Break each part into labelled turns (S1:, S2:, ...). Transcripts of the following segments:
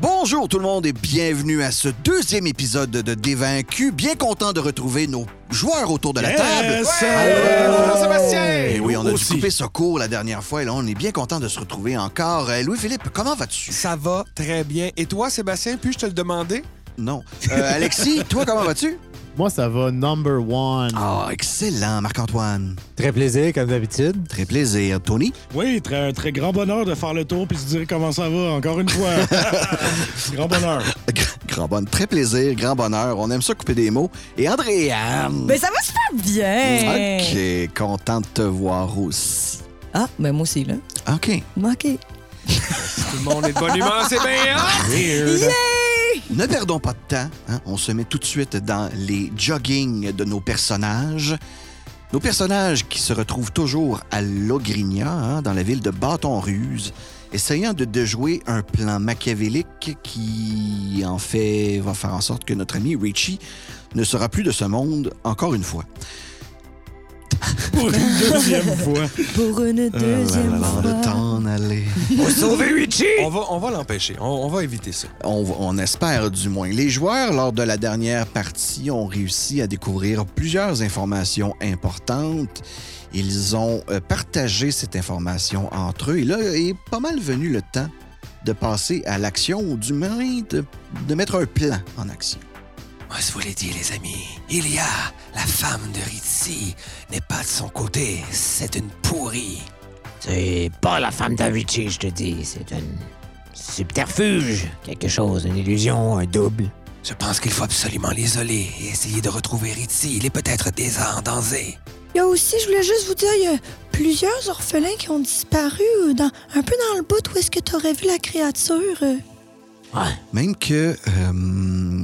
S1: Bonjour tout le monde et bienvenue à ce deuxième épisode de Dévaincu. Bien content de retrouver nos joueurs autour de la table.
S2: Yes!
S3: Allô, Sébastien!
S1: Et oui, on a dû
S2: Aussi.
S1: couper ce cours la dernière fois et là, on est bien content de se retrouver encore. Euh, Louis-Philippe, comment vas-tu?
S3: Ça va très bien. Et toi, Sébastien, puis-je te le demander?
S1: Non. Euh, Alexis, toi, comment vas-tu?
S4: Moi, ça va number one.
S1: Ah, excellent, Marc-Antoine.
S5: Très plaisir, comme d'habitude.
S1: Très plaisir. Tony?
S2: Oui, très, un très grand bonheur de faire le tour puis de dire comment ça va, encore une fois. grand bonheur.
S1: Grand bonheur. Très plaisir, grand bonheur. On aime ça couper des mots. Et Andréane?
S6: Ben, ça va super bien!
S1: OK, content de te voir aussi.
S6: Ah, ben moi aussi, là.
S1: OK.
S6: OK.
S3: Tout le monde est de bonne humeur, c'est bien, hein?
S1: Ne perdons pas de temps. hein. On se met tout de suite dans les joggings de nos personnages. Nos personnages qui se retrouvent toujours à Logrinia, hein, dans la ville de Bâton-Ruse, essayant de, de jouer un plan machiavélique qui, en fait, va faire en sorte que notre ami Richie ne sera plus de ce monde encore une fois.
S2: Pour une deuxième fois.
S6: Pour
S7: Euh,
S6: une deuxième
S1: Avant de
S6: fois.
S1: t'en aller.
S3: On va, on va l'empêcher. On, on va éviter ça.
S1: On, on espère du moins. Les joueurs, lors de la dernière partie, ont réussi à découvrir plusieurs informations importantes. Ils ont euh, partagé cette information entre eux. Et là est pas mal venu le temps de passer à l'action, ou du moins de, de mettre un plan en action.
S7: Moi, je vous l'ai dit, les amis, il y a la femme de Ritzy n'est pas de son côté, c'est une pourrie.
S8: C'est pas la femme d'Avicii, je te dis. C'est une subterfuge. Quelque chose, une illusion, un double.
S7: Je pense qu'il faut absolument l'isoler et essayer de retrouver Ritzy. Il est peut-être déjà en danger.
S9: Il y a aussi, je voulais juste vous dire, il y a plusieurs orphelins qui ont disparu euh, dans, un peu dans le bout où est-ce que tu aurais vu la créature. euh.
S1: Même que... euh,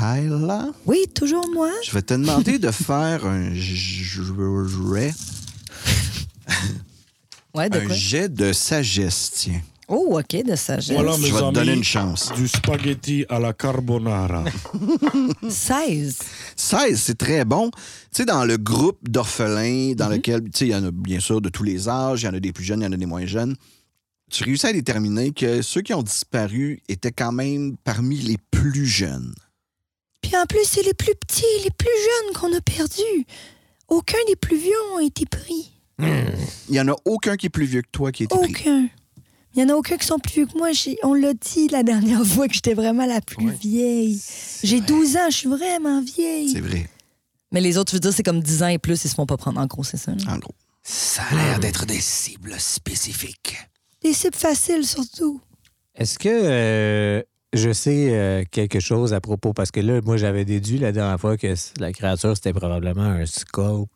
S1: Paila,
S9: Oui, toujours moi.
S1: je vais te demander de faire un jet,
S6: Ouais, de
S1: un
S6: quoi?
S1: jet de sagesse, tiens.
S6: Oh, OK, de sagesse.
S2: Voilà, mes
S1: Je vais te
S2: amis,
S1: donner une chance.
S2: Du spaghetti à la carbonara.
S6: 16.
S1: 16, c'est très bon. Tu sais, dans le groupe d'orphelins,
S6: Mhm.
S1: dans lequel, tu sais, il y en a bien sûr de tous les âges, il y en a des plus jeunes, il y en a des moins jeunes. Tu réussis à déterminer que ceux qui ont disparu étaient quand même parmi les plus jeunes.
S9: Puis en plus, c'est les plus petits, les plus jeunes qu'on a perdus. Aucun des plus vieux ont été pris.
S6: Hmm.
S1: Il y en a aucun qui est plus vieux que toi qui a été pris.
S9: Aucun. Il n'y en a aucun qui sont plus vieux que moi. J'ai- On l'a dit la dernière fois que j'étais vraiment la plus
S3: Ouais.
S9: vieille. J'ai 12 ans, je suis vraiment
S1: C'est
S9: vieille.
S1: vrai,
S6: Mais les autres, tu veux dire, c'est comme 10 ans et plus, ils se font pas prendre en gros, c'est ça? là?
S1: en gros.
S7: Ça a
S8: Hmm.
S7: l'air d'être des cibles spécifiques.
S9: Et c'est facile surtout.
S5: Est-ce que euh, je sais euh, quelque chose à propos? Parce que là, moi, j'avais déduit la dernière fois que c- la créature, c'était probablement un skulk.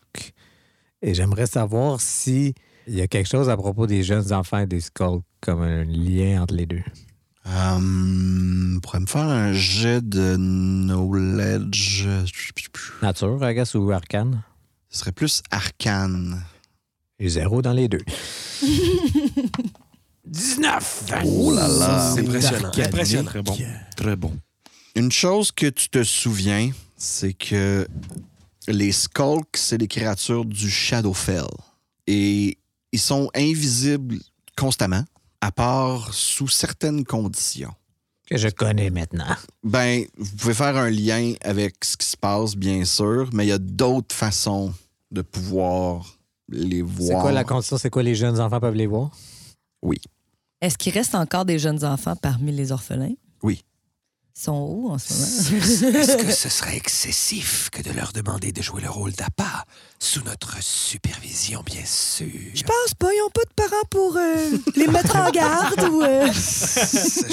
S5: Et j'aimerais savoir si il y a quelque chose à propos des jeunes enfants et des skulks, comme un lien entre les deux.
S1: Hum, pourrais me faire un jet de knowledge.
S5: Nature, I guess, ou arcane?
S1: Ce serait plus arcane.
S5: Et zéro dans les deux.
S7: 19!
S1: Oh là là!
S3: C'est impressionnant.
S5: d'arcade.
S3: Impressionnant.
S2: Très bon. Très bon.
S1: Une chose que tu te souviens, c'est que les Skulks, c'est des créatures du Shadowfell. Et ils sont invisibles constamment, à part sous certaines conditions.
S5: Que je connais maintenant.
S1: Ben, vous pouvez faire un lien avec ce qui se passe, bien sûr, mais il y a d'autres façons de pouvoir les voir.
S5: C'est quoi la condition? C'est quoi les jeunes enfants peuvent les voir?
S6: Est-ce qu'il reste encore des jeunes enfants parmi les orphelins?
S1: Oui.
S6: Ils sont où en ce moment?
S7: Est-ce que ce serait excessif que de leur demander de jouer le rôle d'appât sous notre supervision, bien sûr?
S9: Je pense pas, ils n'ont pas de parents pour euh, les mettre en garde ou euh,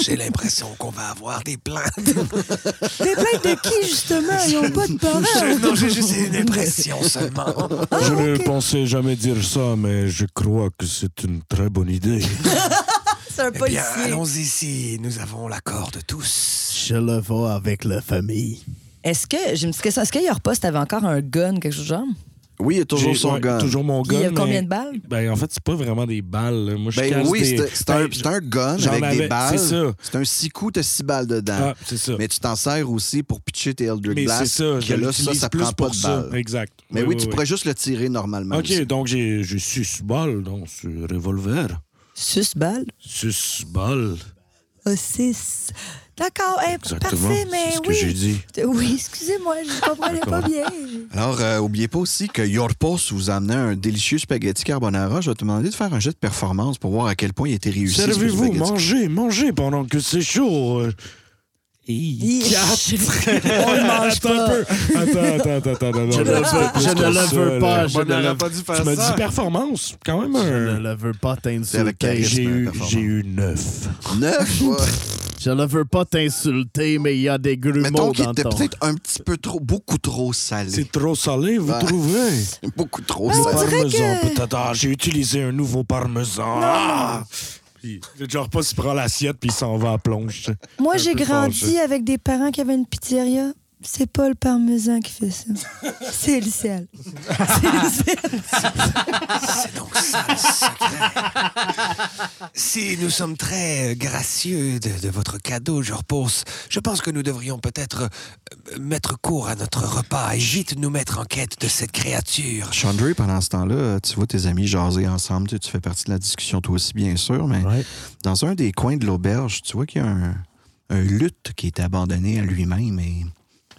S7: J'ai l'impression qu'on va avoir des plaintes.
S9: des plaintes de qui, justement? Ils n'ont pas de parents.
S7: non, j'ai juste une impression seulement.
S6: Ah,
S2: je ne
S9: ok.
S2: pensais jamais dire ça, mais je crois que c'est une très bonne idée.
S6: C'est un
S7: Eh bien, allons-y ici. Nous avons l'accord de tous.
S4: Je le vois avec la famille.
S6: Est-ce que, j'ai une petite question, est-ce qu'Ayor Post avait encore un gun, quelque chose du genre?
S1: Oui, il y a toujours
S2: J'ai-
S1: son
S2: ouais,
S1: gun.
S2: Toujours mon
S6: Puis il y
S2: gun.
S6: a combien
S2: mais-
S6: de balles?
S2: Ben, en fait, c'est pas vraiment des balles. là. Moi, je
S1: Ben
S2: casse
S1: oui,
S2: des-
S1: c'est- c'est un,
S2: Ben,
S1: c'est un gun
S2: j'en
S1: avec des
S2: avais-
S1: balles.
S2: C'est ça.
S1: C'est un six coups, t'as six balles dedans.
S2: Ah, c'est ça.
S1: Mais tu t'en sers aussi pour pitcher tes Eldritch
S2: Mais c'est
S1: Blast.
S2: ça,
S1: que
S2: je
S1: là, ça,
S2: l'utilise
S1: ça
S2: plus
S1: prend pas
S2: pour
S1: de
S2: ça.
S1: balle.
S2: Exact.
S1: Mais oui, tu
S2: oui.
S1: pourrais juste le tirer normalement.
S2: OK,
S1: aussi.
S2: donc j'ai j'ai six balles dans ce revolver.
S6: 6 balles?
S2: Six balles.
S6: Oh, 6.
S9: D'accord, eh,
S10: Exactement.
S9: parfait, mais
S10: C'est ce que j'ai
S9: oui.
S10: dit.
S9: Oui, excusez-moi, je comprenais pas bien.
S1: Alors, euh, oubliez pas aussi que Yorpos vous a amené un délicieux spaghetti carbonara. Je vais te demander de faire un jet de performance pour voir à quel point il était réussi. ce
S2: Servez-vous,
S1: spaghetti.
S2: mangez, mangez pendant que c'est chaud. Euh, hi, quatre.
S9: On le mange
S2: Attends
S9: pas.
S2: un peu. Attends, attends, attends. attends, non,
S4: Je ne
S2: non,
S4: le
S2: c'est
S4: veux-
S2: plus
S4: je
S2: que
S4: ne le
S2: ça,
S4: veux
S2: là.
S4: pas, je
S2: Moi,
S4: ne le-
S3: pas dû
S2: Tu
S3: faire
S2: m'as
S3: ça.
S2: dit performance, quand même.
S4: Je
S2: un-
S4: ne le veux pas
S1: C'est avec
S4: t'insulter.
S1: charisme,
S2: J'ai eu,
S1: performance.
S2: j'ai eu neuf.
S1: Neuf, ouais.
S4: Je ne veux pas t'insulter, mais il y a des
S1: Mettons
S4: grumeaux
S1: qu'il
S4: dans
S1: était
S4: ton...
S1: peut-être un petit peu trop, beaucoup trop salé.
S2: C'est trop salé, vous
S1: Ah.
S2: trouvez?
S1: Beaucoup trop
S2: Le
S1: salé.
S2: parmesan,
S9: que-
S2: peut-être. Ah, j'ai utilisé un nouveau parmesan. Ah! Puis, le genre pas, il prend l'assiette puis il s'en va à plonge. tu sais.
S9: Moi,
S2: Un
S9: j'ai
S2: peu fâché.
S9: grandi avec des parents qui avaient une pizzeria. C'est pas le parmesan qui fait ça. C'est le sel.
S7: Si nous sommes très euh, gracieux de, de votre cadeau, je repose, je pense que nous devrions peut-être euh, mettre court à notre repas et vite nous mettre en quête de cette créature.
S1: Chandray, pendant ce temps-là, tu vois tes amis jaser ensemble. Tu, tu fais partie de la discussion, toi aussi, bien sûr. Mais
S5: Ouais.
S1: dans un des coins de l'auberge, tu vois qu'il y a un, un luth qui est abandonné à lui-même. Et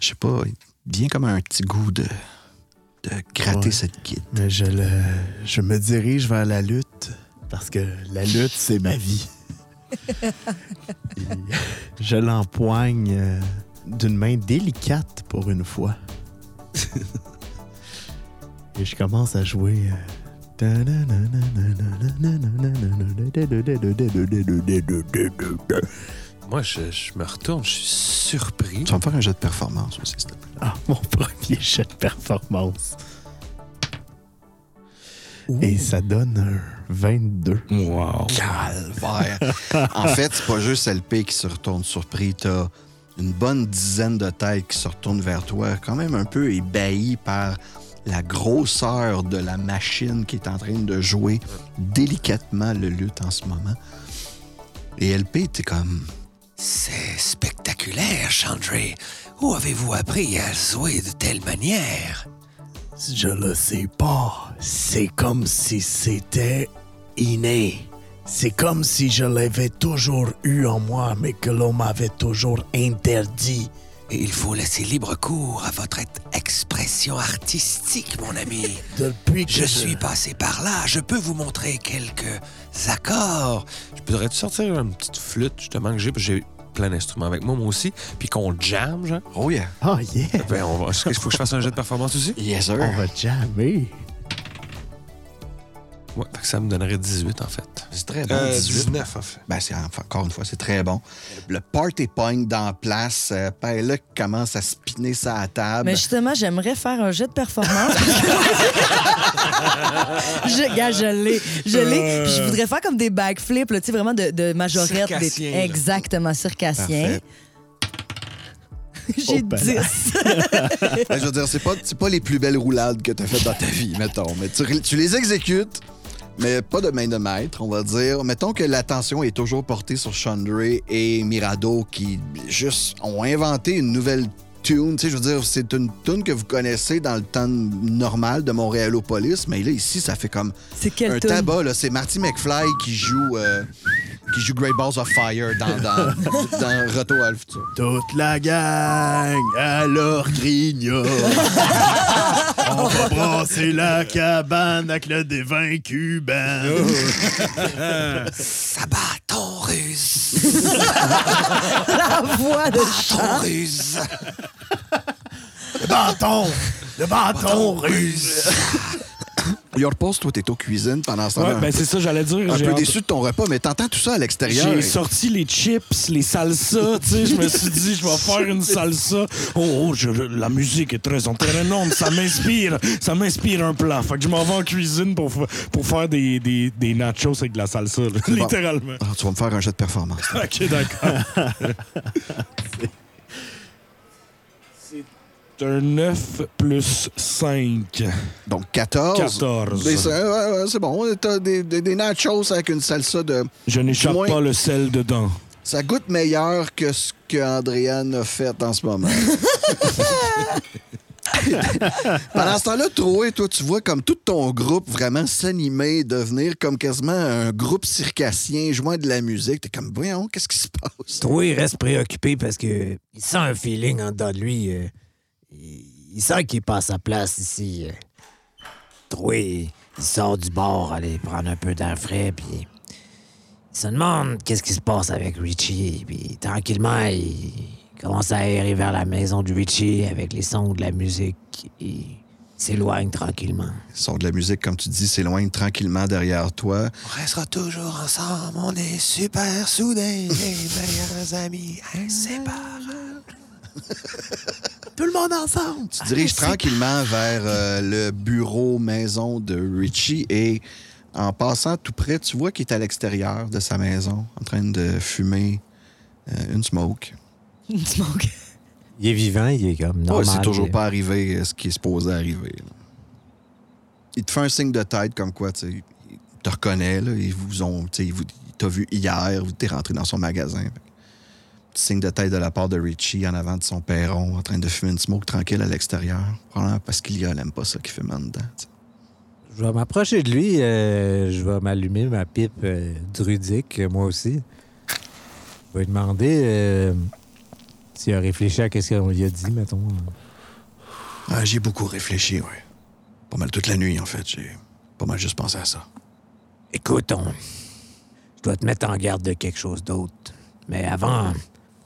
S1: je sais pas, il vient comme un petit goût de, de gratter
S4: Ouais.
S1: cette guide.
S4: Mais je, le... je me dirige vers la lutte, parce que la lutte, c'est ma vie. Et je l'empoigne euh, d'une main délicate pour une fois. Et je commence à jouer... euh,
S3: Moi, je, je me retourne, je suis surpris.
S1: Tu vas me faire un jeu de performance aussi, s'il te plaît.
S4: Ah, mon premier jet de performance. Et ça donne un 22.
S3: Wow.
S1: Calvaire. en fait, c'est pas juste LP qui se retourne surpris. T'as une bonne dizaine de têtes qui se retournent vers toi, quand même un peu ébahi par la grosseur de la machine qui est en train de jouer délicatement le luth en ce moment. Et LP, t'es comme.
S7: C'est spectaculaire, Chandray. Où avez-vous appris à jouer de telle manière
S4: Je le sais pas. C'est comme si c'était inné. C'est comme si je l'avais toujours eu en moi, mais que l'on m'avait toujours interdit.
S7: Il faut laisser libre cours à votre expression artistique, mon ami.
S4: Depuis que
S7: Je suis passé par là, je peux vous montrer quelques accords.
S3: Je pourrais-tu sortir une petite flûte, justement, que j'ai, parce que j'ai plein d'instruments avec moi, moi aussi, puis qu'on jam, genre?
S1: Oh yeah.
S4: Oh yeah!
S3: Ben, on va... Est-ce qu'il faut que je fasse un jet de performance aussi?
S1: Yes, sir.
S4: On va jammer.
S3: Ouais, fait que ça me donnerait 18, en fait.
S1: C'est très bon.
S3: Euh,
S1: 18.
S3: 19, en fait.
S1: Ben, c'est encore une fois, c'est très bon. Le party pogne dans la place. Euh, là commence à spinner sa table.
S6: Mais justement, j'aimerais faire un jet de performance. je, gars, je l'ai. Je l'ai. Puis Je voudrais faire comme des backflips, là, tu sais, vraiment de, de majorette. des-
S7: Circassien, là.
S6: Exactement, circassien.
S1: Parfait.
S6: J'ai
S4: Oh, ben
S6: 10.
S1: Ben, je veux dire, c'est pas, c'est pas les plus belles roulades que t'as faites dans ta vie, mettons. Mais tu, tu les exécutes, mais pas de main de maître, on va dire. Mettons que l'attention est toujours portée sur Chandray et Mirado qui, juste, ont inventé une nouvelle tune. Tu sais, je veux dire, c'est une tune que vous connaissez dans le temps normal de Montréalopolis, mais là, ici, ça fait comme
S6: C'est
S1: un
S6: quel tune?
S1: tabac, là. C'est Marty McFly qui joue... euh, qui joue Great Balls of Fire dans, dans, dans Retour à le futur.
S4: Toute la gang, alors grignole. On va brasser la cabane avec le dévin cubain.
S7: Sabat ton ruse,
S6: La voix de
S7: ton ruse,
S4: Le bâton! Le bâton russe!
S1: Your Post, toi, t'es aux cuisines pendant ce temps-là.
S2: Ouais, ben c'est ça, j'allais dire.
S1: un
S2: j'ai
S1: peu
S2: ent-
S1: déçu de ton repas, mais t'entends tout ça à l'extérieur.
S2: J'ai
S1: Et-
S2: sorti les chips, les salsas, tu sais, je me suis dit, je vais faire une salsa. Oh, oh, je- la musique est très entraînante, ça m'inspire, ça m'inspire un plat. Fait que je m'en vais en cuisine pour, fa- pour faire des, des, des nachos avec de la salsa, là,
S1: bon.
S2: littéralement.
S1: Ah, tu vas me faire un jeu de performance.
S2: Ok, d'accord. C'est un 9 plus 5.
S1: Donc 14.
S2: 14.
S1: Mais c'est- ouais, ouais, c'est bon. T'as des, des- des nachos avec une salsa de.
S2: Je n'échappe
S1: Moins-
S2: pas le sel dedans.
S1: Ça goûte meilleur que ce que Andréane a fait en ce moment. Pendant ce temps-là, Troé, toi, tu vois comme tout ton groupe vraiment s'animer, devenir comme quasiment un groupe circassien, joint de la musique. T'es comme, voyons, qu'est-ce qui se passe?
S8: Troué reste préoccupé parce que il sent un feeling en dedans de lui. euh, il, il sent qu'il passe sa place ici. euh. Troué, il sort du bord, aller prendre un peu d'air frais, puis il se demande qu'est-ce qui se passe avec Richie. Puis tranquillement, il commence à errer vers la maison de Richie avec les sons de la musique. Il s'éloigne tranquillement.
S1: Son de la musique, comme tu dis, s'éloigne tranquillement derrière toi.
S7: On restera toujours ensemble, on est super soudés, les meilleurs amis Hein, inséparables.
S4: Tout le monde ensemble!
S1: Tu te diriges tranquillement vers euh, le bureau maison de Richie et en passant tout près, tu vois qu'il est à l'extérieur de sa maison en train de fumer euh, une smoke.
S6: Tu manques.
S5: Il est vivant, il est comme
S1: Ouais,
S5: normal.
S1: c'est toujours pas arrivé euh, ce qui est supposé arriver. là. Il te fait un signe de tête comme quoi, tu sais, il te reconnaît, là, ils vous ont, tu sais, ils vous- il t'a vu hier, vous t'es rentré dans son magasin. Fait que, Petit signe de tête de la part de Richie en avant de son perron, en train de fumer une smoke tranquille à l'extérieur. Probablement parce qu'il y a, elle aime pas ça qu'il fume en dedans. tu sais.
S5: Je vais m'approcher de lui, euh, je vais m'allumer ma pipe euh, druidique, euh, moi aussi. Je vais lui demander euh, s'il a réfléchi à ce qu'on lui a dit, mettons.
S1: Ah, j'ai beaucoup réfléchi, ouais. Pas mal toute la nuit, en fait. J'ai pas mal juste pensé à ça.
S8: Écoute, on... je dois te mettre en garde de quelque chose d'autre. Mais avant,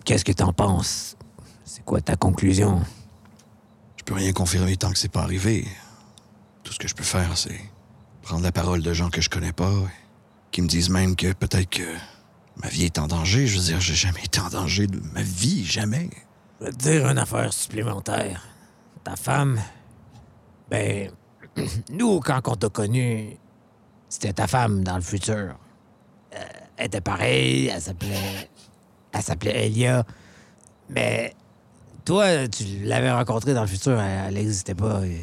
S8: qu'est-ce que t'en penses? C'est quoi ta conclusion?
S1: Je peux rien confirmer tant que c'est pas arrivé. Tout ce que je peux faire, c'est prendre la parole de gens que je connais pas, et qui me disent même que peut-être que ma vie est en danger. Je veux dire, j'ai jamais été en danger de ma vie, jamais.
S8: Je vais te dire une affaire supplémentaire. Ta femme, ben, nous, quand on t'a connu, c'était ta femme dans le futur. Euh, elle était pareille, elle s'appelait. Elle s'appelait Elia. Mais toi, tu l'avais rencontrée dans le futur, elle n'existait pas. euh,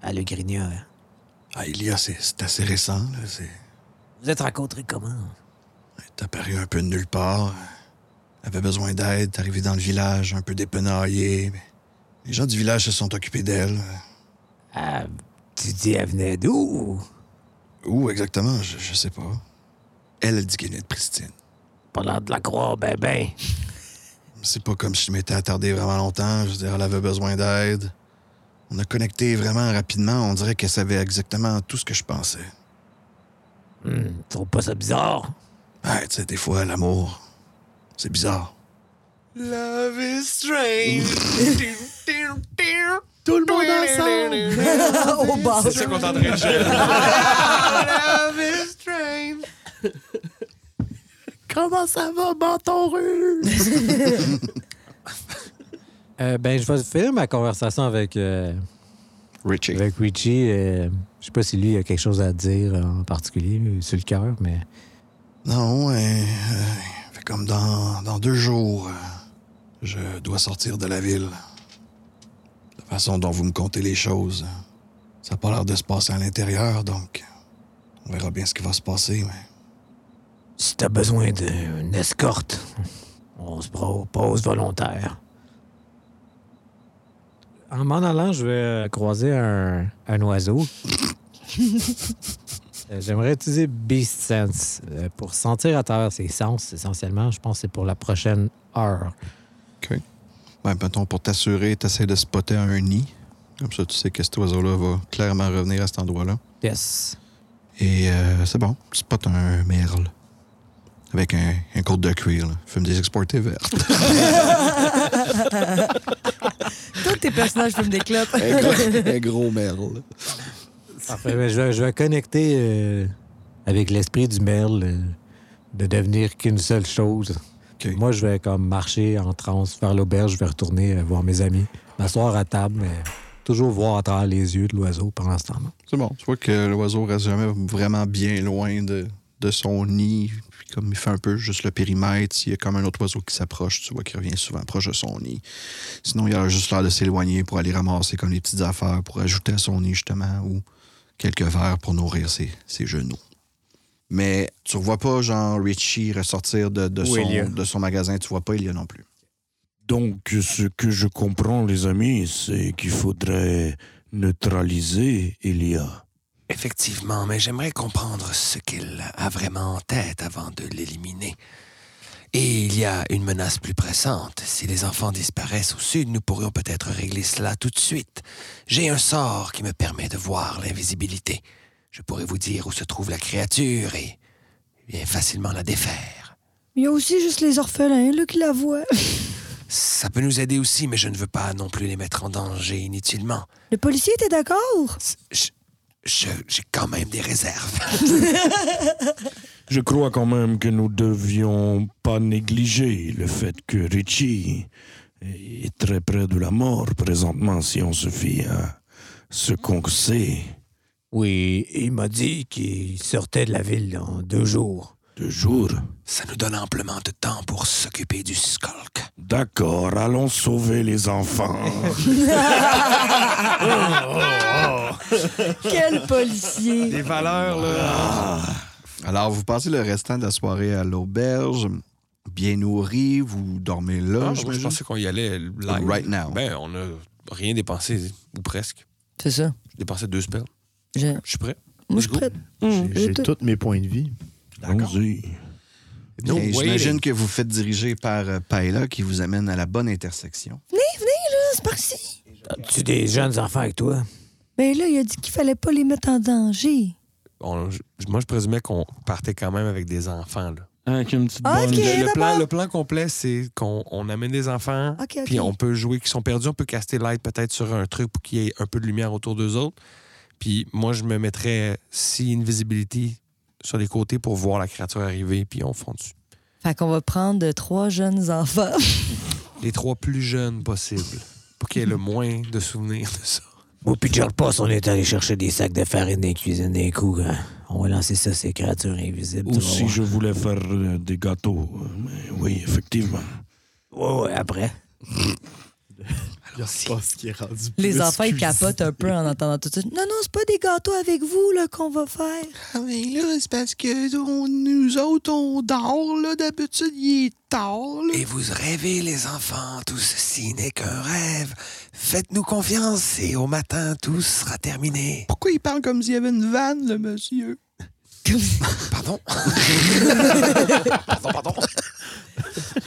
S8: Elle le grigna.
S1: Ah, Ilia, c'est c'est assez récent, là. C'est
S8: Vous êtes rencontrés comment?
S1: t'es apparu un peu de nulle part. Avait besoin d'aide, t'es arrivé dans le village, un peu dépenaillé. mais Les gens du village se sont occupés d'elle.
S8: Ah, tu dis, elle venait d'où?
S1: Où exactement, je, je sais pas. Elle, elle dit qu'elle est née de Pristine.
S8: Pas l'air de la croire, ben, ben.
S1: C'est pas comme si je m'étais attardé vraiment longtemps. Je veux dire, elle avait besoin d'aide. On a connecté vraiment rapidement. On dirait qu'elle savait exactement tout ce que je pensais.
S8: Hmm, tu trouves pas ça bizarre?
S1: Ouais, tu sais, des fois, l'amour, c'est bizarre.
S7: Love is strange.
S4: Tout le monde ensemble!
S6: Au bord.
S3: C'est ça qu'on est en train de gérer.
S7: Love is strange.
S4: Comment ça va, bâton russe?
S5: ben, je vais finir ma conversation avec, euh,
S1: Richie.
S5: avec Richie. euh, je sais pas si lui a quelque chose à dire en particulier euh, sur le cœur, mais
S1: Non, Ah ouais, euh, fait comme dans, dans deux jours, euh, je dois sortir de la ville. La façon dont vous me contez les choses, euh, ça n'a pas l'air de se passer à l'intérieur, donc on verra bien ce qui va se passer. Mais...
S8: Si t'as besoin d'une escorte, on se propose volontaire.
S5: en m'en allant, je vais euh, croiser un, un oiseau. Euh, J'aimerais utiliser Beast Sense euh, pour sentir à travers ses sens, essentiellement. Je pense que c'est pour la prochaine heure.
S1: Ouais, Ben, mettons, pour t'assurer, t'essaies de spotter un nid. Comme ça, tu sais que cet oiseau-là va clairement revenir à cet endroit-là.
S5: Yes.
S1: Et euh, c'est bon, tu spots un merle. Avec un, un côte de cuir, là. Fume des exportés vertes.
S6: Tous tes personnages fument des clopes.
S1: un gros merle.
S5: Parfait, ben, je, vais, je vais connecter euh, avec l'esprit du merle euh, de devenir qu'une seule chose.
S1: OK.
S5: Moi, je vais comme marcher en transe vers l'auberge, je vais retourner euh, voir mes amis, m'asseoir à table, mais toujours voir à travers les yeux de l'oiseau pendant ce temps-là.
S1: C'est bon, tu vois que l'oiseau reste jamais vraiment bien loin de, de son nid. Puis comme il fait un peu juste le périmètre, il y a comme un autre oiseau qui s'approche, tu vois, qui revient souvent proche de son nid. Sinon, il a juste l'air de s'éloigner pour aller ramasser comme des petites affaires pour ajouter à son nid, justement, ou quelques verres pour nourrir ses, ses genoux. Mais tu vois pas, genre, Richie ressortir de, de
S5: Ou
S1: son,
S5: Elia.
S1: de son magasin. Tu vois pas Elia non plus.
S2: Donc, ce que je comprends, les amis, c'est qu'il faudrait neutraliser Elia.
S7: Effectivement, mais j'aimerais comprendre ce qu'il a vraiment en tête avant de l'éliminer. Et il y a une menace plus pressante. Si les enfants disparaissent au sud, nous pourrions peut-être régler cela tout de suite. J'ai un sort qui me permet de voir l'invisibilité. Je pourrais vous dire où se trouve la créature et bien facilement la défaire.
S9: Il y a aussi juste les orphelins, là, qui la voient.
S7: Ça peut nous aider aussi, mais je ne veux pas non plus les mettre en danger inutilement.
S9: Le policier était d'accord?
S7: Je- je- J'ai quand même des réserves.
S2: Je crois quand même que nous devions pas négliger le fait que Richie est très près de la mort présentement, si on se fie à ce qu'on sait.
S8: Oui, il m'a dit qu'il sortait de la ville dans deux jours.
S2: Deux jours.
S7: Ça nous donne amplement de temps pour s'occuper du skulk.
S2: D'accord, allons sauver les enfants.
S6: Quel policier!
S1: Les valeurs, là. Ah. Alors, vous passez le restant de la soirée à l'auberge, bien nourri, vous dormez là.
S3: Ah, moi, je
S1: j'imagine?
S3: pensais qu'on y allait live.
S1: Right now.
S3: Ben, on n'a rien dépensé, ou presque.
S6: C'est ça.
S3: J'ai dépensé deux spells.
S6: Je-
S3: Je suis prêt.
S6: Moi, je
S3: Let's
S6: suis
S3: go.
S6: prête.
S4: J'ai- J'ai
S6: tout.
S4: tous mes points de vie.
S2: Allons-y.
S1: Bien,
S3: No
S1: J'imagine
S3: waiting.
S1: que vous faites diriger par euh, Paella qui vous amène à la bonne intersection.
S9: Ah, C'est par-ci.
S8: As-tu des jeunes enfants avec toi?
S9: Ben là, il a dit qu'il fallait pas les mettre en danger.
S3: On- je- moi, je présumais qu'on partait quand même avec des enfants. là.
S2: Hein, Avec une petite
S9: Ah, bonne- ok.
S3: Le,
S9: d'abord.
S3: plan, le plan complet, c'est qu'on on amène des enfants,
S9: OK, OK.
S3: puis on peut jouer qui sont perdus, on peut caster light peut-être sur un truc pour qu'il y ait un peu de lumière autour d'eux autres. Puis moi, je me mettrais, euh, si invisibility, sur les côtés pour voir la créature arriver, puis on fond dessus.
S6: Fait qu'on va prendre de trois jeunes enfants.
S3: Les trois plus jeunes possibles, pour qu'il y ait le moins de souvenirs de ça.
S8: Au puis Charles Posse, on est allé chercher des sacs de farine dans la cuisine d'un coup. hein. On va lancer ça, ces créatures invisibles.
S2: Ou
S8: tu vas
S2: si
S8: voir.
S2: je voulais faire euh, des gâteaux. Mais oui, effectivement.
S8: Ouais, ouais, après.
S4: Je pense qu'il est rendu
S6: Les
S4: plus
S6: enfants, ils
S4: cuisinier.
S6: capotent un peu en entendant tout ça. Non,
S9: Non, non, c'est pas des gâteaux avec vous là, qu'on va faire.
S1: Ah, mais là, c'est parce que nous autres, on dort, là. D'habitude, il est tard,
S7: Et vous rêvez, les enfants, tout ceci n'est qu'un rêve. Faites-nous confiance et au matin, tout sera terminé.
S1: Pourquoi il parle comme s'il y avait une vanne, le monsieur?
S7: Pardon? pardon, pardon.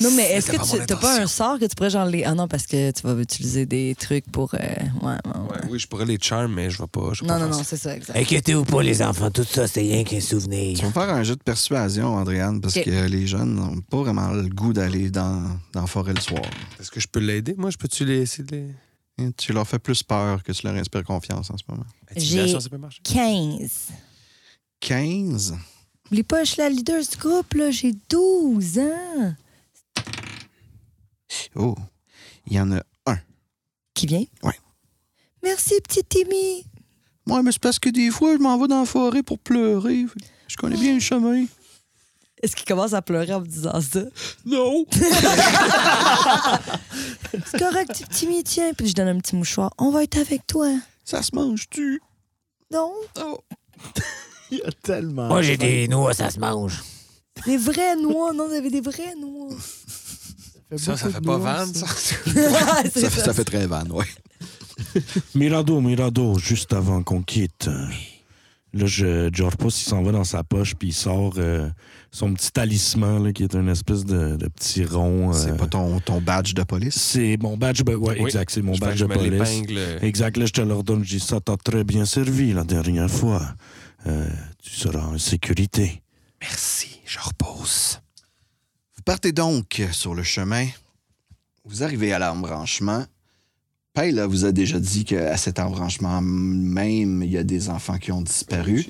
S6: non mais est-ce
S7: C'était
S6: que
S7: pas
S6: tu
S7: mon
S6: t'as pas un
S7: intention.
S6: sort que tu pourrais genre les. Ah non, parce que tu vas utiliser des trucs pour. euh, ouais, ouais, ouais.
S3: oui, je pourrais les charm, mais je ne vais pas. je vais
S6: Non,
S3: pas
S6: non,
S3: faire
S6: non,
S3: ça.
S6: c'est ça, exact.
S8: Inquiétez-vous pas, les enfants, tout ça, c'est rien qu'un souvenir.
S1: Tu vas faire un jeu de persuasion, Andréane, parce
S6: Ok.
S1: que les jeunes n'ont pas vraiment le goût d'aller dans, dans la forêt le soir.
S3: Est-ce que je peux l'aider? Moi, je peux-tu les- essayer de les.
S1: Et tu leur fais plus peur que tu leur inspires confiance en ce moment.
S8: Ben,
S3: Intimidation, ça peut marcher.
S6: 15.
S1: 15.
S9: Oublie pas, je suis la leader du groupe, là, j'ai 12 ans.
S1: Oh, il y en a un.
S6: Qui vient?
S9: Merci, petit Timmy.
S1: Moi, mais c'est parce que des fois, je m'en vais dans la forêt pour pleurer. Fait que Je connais
S6: Ah.
S1: bien le chemin.
S6: Est-ce qu'il commence à pleurer en me disant ça?
S1: Non!
S9: C'est correct, petit Timmy, tiens. Puis je donne un petit mouchoir. On va être avec toi.
S1: Ça se mange-tu?
S9: Non,
S1: Oh.
S4: Il y a tellement.
S8: Moi, j'ai des noix, ça se mange.
S9: des vrais noix. Non, vous avez des vrais noix.
S3: Ça, ça
S4: beaucoup
S3: fait
S4: de
S3: pas
S4: noix,
S3: van, ça?
S6: C'est
S1: Ça,
S6: ça.
S1: ça fait très van, ouais.
S2: Mirado, Mirado, juste avant qu'on quitte. euh, Là, je, George Puss, il s'en va dans sa poche, puis il sort euh, son petit talisman, là, qui est une espèce de, de petit rond. euh,
S1: C'est pas ton, ton badge de police.
S2: C'est mon badge, ben, ouais,
S3: Oui.
S2: exact, c'est mon
S3: Je pense
S2: badge
S3: que je
S2: de
S3: me
S2: police.
S3: l'épingle. euh.
S2: Exact, là, je te le redonne, je dis ça t'a très bien servi la dernière fois. Euh, tu seras en sécurité.
S7: Merci, je repose.
S1: Vous partez donc sur le chemin. Vous arrivez à l'embranchement. Paille vous a déjà dit qu'à cet embranchement même, il y a des enfants qui ont disparu.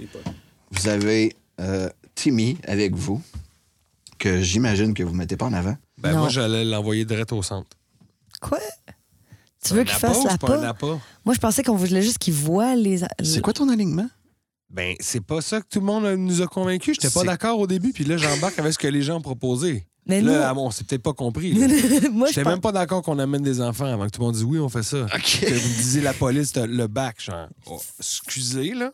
S1: Vous avez euh, Timmy avec vous, que j'imagine que vous ne mettez pas en avant.
S3: Ben,
S6: Non.
S3: moi, j'allais l'envoyer direct au centre.
S6: Quoi? Tu veux
S3: Un
S6: qu'il
S3: appât
S6: fasse
S3: ou
S6: la
S3: c'est pas un
S6: pas?
S3: appât?
S6: Moi, je pensais qu'on voulait juste qu'il voit les.
S1: C'est quoi ton alignement?
S3: Ben, c'est pas ça que tout le monde nous a convaincus. J'étais pas
S1: C'est-
S3: d'accord au début, puis là, j'embarque avec ce que les gens ont proposé.
S6: Mais
S3: là,
S6: non.
S3: on s'est peut-être pas compris. là.
S6: Moi, je
S3: J'étais
S6: pense-
S3: même pas d'accord qu'on amène des enfants avant que tout le monde dise oui, on fait ça. Que vous me disiez la police, t'as le bac, genre. Oh, excusez, là.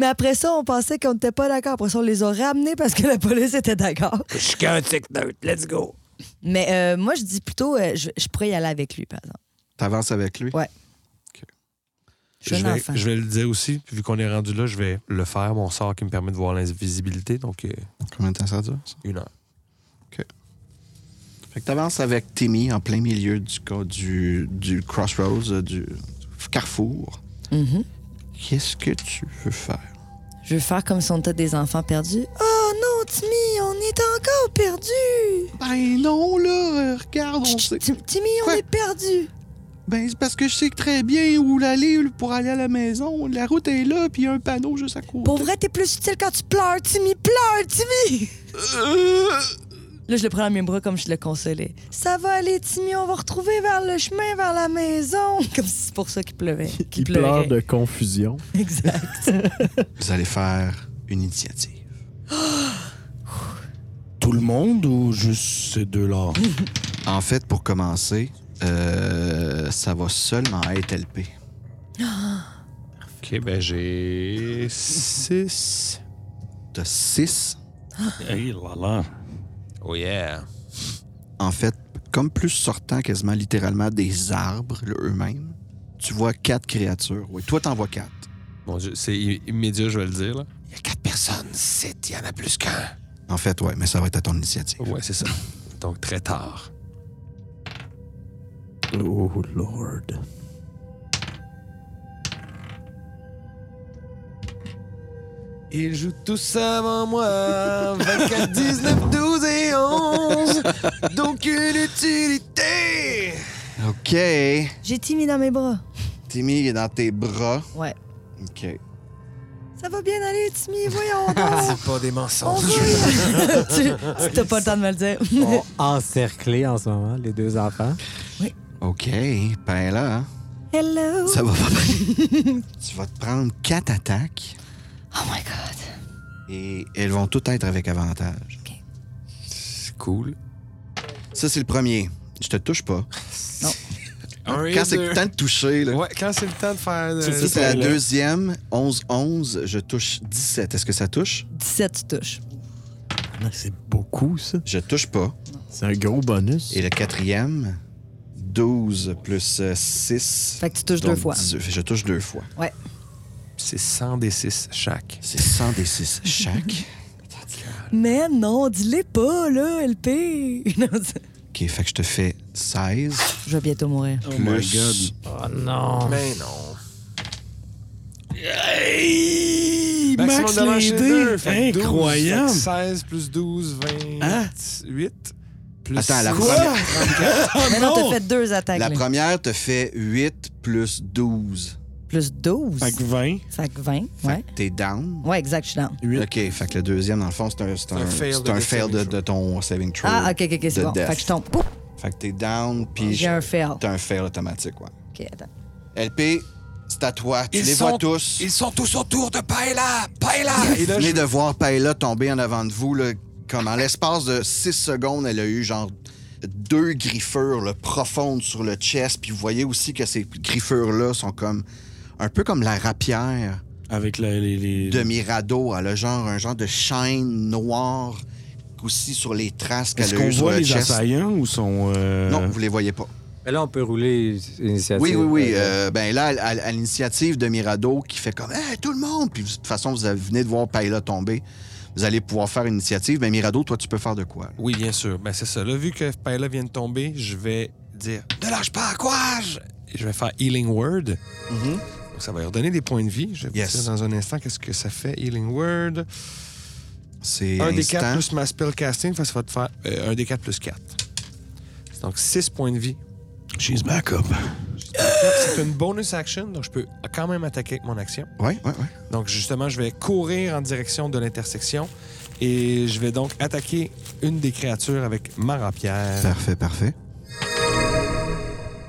S6: Mais après ça, on pensait qu'on n'était pas d'accord. Après ça, on les a ramenés parce que la police était d'accord.
S8: Je suis qu'un tic neutre. Let's go.
S6: Mais euh, moi, je dis plutôt, euh, je, je pourrais y aller avec lui, par exemple.
S1: T'avances avec lui.
S6: Ouais.
S3: Je
S6: Jeune
S3: vais,
S6: enfant.
S3: je vais le dire aussi, puis vu qu'on est rendu là, je vais le faire, mon sort qui me permet de voir l'invisibilité, donc euh,
S1: Combien de temps ça dure, ça?
S3: une heure.
S1: Fait que t'avances avec Timmy en plein milieu du, co- du, du crossroads, euh, du carrefour.
S6: Mhm.
S1: Qu'est-ce que tu veux faire?
S6: Je veux faire comme si on était des enfants perdus.
S9: Oh non, Timmy, on est encore perdu.
S1: Ben non, là, regarde, on sait.
S9: Tim- Timmy, on
S1: Quoi?
S9: est perdu.
S1: Ben c'est parce que je sais que très bien où l'aller pour aller à la maison. La route est là, puis il y a un panneau juste à côté.
S9: Pour vrai, t'es plus utile quand tu pleures, Timmy. Pleure, Timmy.
S6: Là, je le prends dans mes bras comme je le consolais.
S9: Ça va aller, Timmy. On va retrouver vers le chemin, vers la maison.
S6: Comme si c'est pour ça qu'il pleuvait.
S4: Qui
S6: pleurait.
S4: pleure de confusion.
S6: Exact.
S1: Vous allez faire une initiative.
S2: Tout le monde ou juste ces deux-là?
S1: En fait, pour commencer, euh, ça va seulement être LP.
S3: Ok, ben j'ai 6.
S1: T'as 6.
S2: hey là là.
S3: Oh yeah.
S1: En fait, comme plus sortant quasiment littéralement des arbres là, eux-mêmes, tu vois quatre créatures. Oui, toi, t'en vois quatre.
S3: Mon Dieu, c'est i- immédiat, je vais le dire, là.
S7: Il y a quatre personnes, sept, il y en a plus qu'un.
S1: En fait, ouais, mais ça va être à ton initiative.
S3: Ouais, c'est ça. Donc très tard.
S4: Oh, Lord.
S7: Ils jouent tous avant moi. 24, 19, 12 et 11. Donc une utilité.
S1: OK.
S6: J'ai Timmy dans mes bras.
S1: Timmy il est dans tes bras.
S6: Ouais.
S1: OK.
S9: Ça va bien aller, Timmy. Voyons donc.
S7: Pas des
S9: On
S7: mensonges.
S9: va y-
S6: tu tu t'as pas le temps de me le dire.
S5: sont encerclés en ce moment, les deux enfants.
S1: OK. Ben là, hein,
S9: Hello.
S1: ça va pas mal. tu vas te prendre quatre attaques
S6: oh my God.
S1: et elles vont toutes être avec avantage.
S3: C'est cool.
S1: Ça, c'est le premier. Je te touche pas.
S3: Un et
S1: Quand c'est
S3: deux.
S1: le temps de toucher, là,
S3: Ouais, quand c'est le temps de faire.
S2: C'est
S1: Ça,
S3: euh,
S1: c'est la deuxième. 11-11, je touche 17. Est-ce que ça touche?
S6: 17, tu touches.
S4: C'est beaucoup, ça.
S1: Je touche pas.
S4: C'est un gros bonus.
S1: Et le quatrième, 12 plus euh, 6.
S6: Fait que tu touches deux fois.
S1: Je touche deux fois.
S3: C'est 100 des 6 chaque.
S1: C'est 100 des 6 chaque.
S6: Mais non, dis-les pas, là, LP. Non, c'est-
S1: OK, fait que je te fais 16
S6: je vais bientôt mourir.
S2: Oh
S1: plus...
S2: my God.
S5: Oh non!
S3: Ben
S7: Mais non.
S2: Max
S3: Maximum de
S2: l'a
S3: manche, c'est deux. Fait que 12,
S2: Incroyable!
S3: fait que 16 plus 12, 28. Plus
S1: Attends, la
S3: Quoi?
S1: première,
S6: Mais non, t'as fait deux attaques.
S1: la
S6: là.
S1: première te fait 8 plus 12.
S6: Plus 12.
S2: Fait que 20.
S6: Fait que 20.
S1: Fait
S6: Ouais.
S1: que t'es down.
S6: Ouais, exact, je suis down.
S2: Huit.
S1: OK, fait que le deuxième, dans le fond, c'est un, c'est un-
S3: fail
S1: c'est
S3: de
S1: un
S3: death
S1: fail de,
S3: saving
S1: de ton saving throw.
S6: Ah, ok, ok, ok, c'est
S1: De
S6: bon.
S1: death.
S6: Fait que je tombe. Pouf,
S1: Fait que t'es down, puis
S6: J'ai
S1: je-
S6: un fail.
S1: t'as un fail automatique, ouais.
S6: Ok, attends.
S1: LP, c'est à toi. Tu
S7: Ils
S1: les
S7: sont-
S1: vois tous.
S7: Ils sont tous autour de Paella.
S2: Ah,
S7: Paella.
S1: Vous venez de voir Paella tomber en avant de vous. Là, comme en l'espace de 6 secondes, elle a eu genre deux griffures là, profondes sur le chest. Puis vous voyez aussi que ces griffures-là sont comme un peu comme la rapière
S2: Avec la- les. les-
S1: de Mirado. Elle a genre un genre de chaîne noire aussi sur les traces qu'elle
S2: Est-ce
S1: a
S2: qu'on
S1: eues sur
S2: voit
S1: le
S2: les
S1: chest.
S2: assaillants ou sont. euh,
S1: Non, vous les voyez pas.
S5: Mais là, on peut rouler initiative.
S1: Oui, oui, oui. euh, ben là, à, à l'initiative de Mirado qui fait comme Hey, tout le monde! Puis de toute façon, vous avez- venez de voir Paella tomber. Vous allez pouvoir faire une initiative. Mais Mirado, toi, tu peux faire de quoi?
S3: Oui, bien sûr. Ben, c'est ça. Là, vu que Paella vient de tomber, je vais dire Ne lâche pas, courage! Et je vais faire Healing Word.
S1: Mhm.
S3: Donc, ça va lui redonner des points de vie. Je vais vous
S1: Yes.
S3: dire dans un instant qu'est-ce que ça fait, Healing Word.
S1: C'est
S3: Un
S1: instant.
S3: des 4 plus ma spellcasting, fait que ça va te faire euh, un des 4 plus 4. Donc, 6 points de vie.
S2: She's back up.
S3: C'est une bonus action, donc je peux quand même attaquer avec mon action.
S1: Ouais, ouais, ouais.
S3: Donc, justement, je vais courir en direction de l'intersection et je vais donc attaquer une des créatures avec ma rapière.
S1: Parfait, parfait.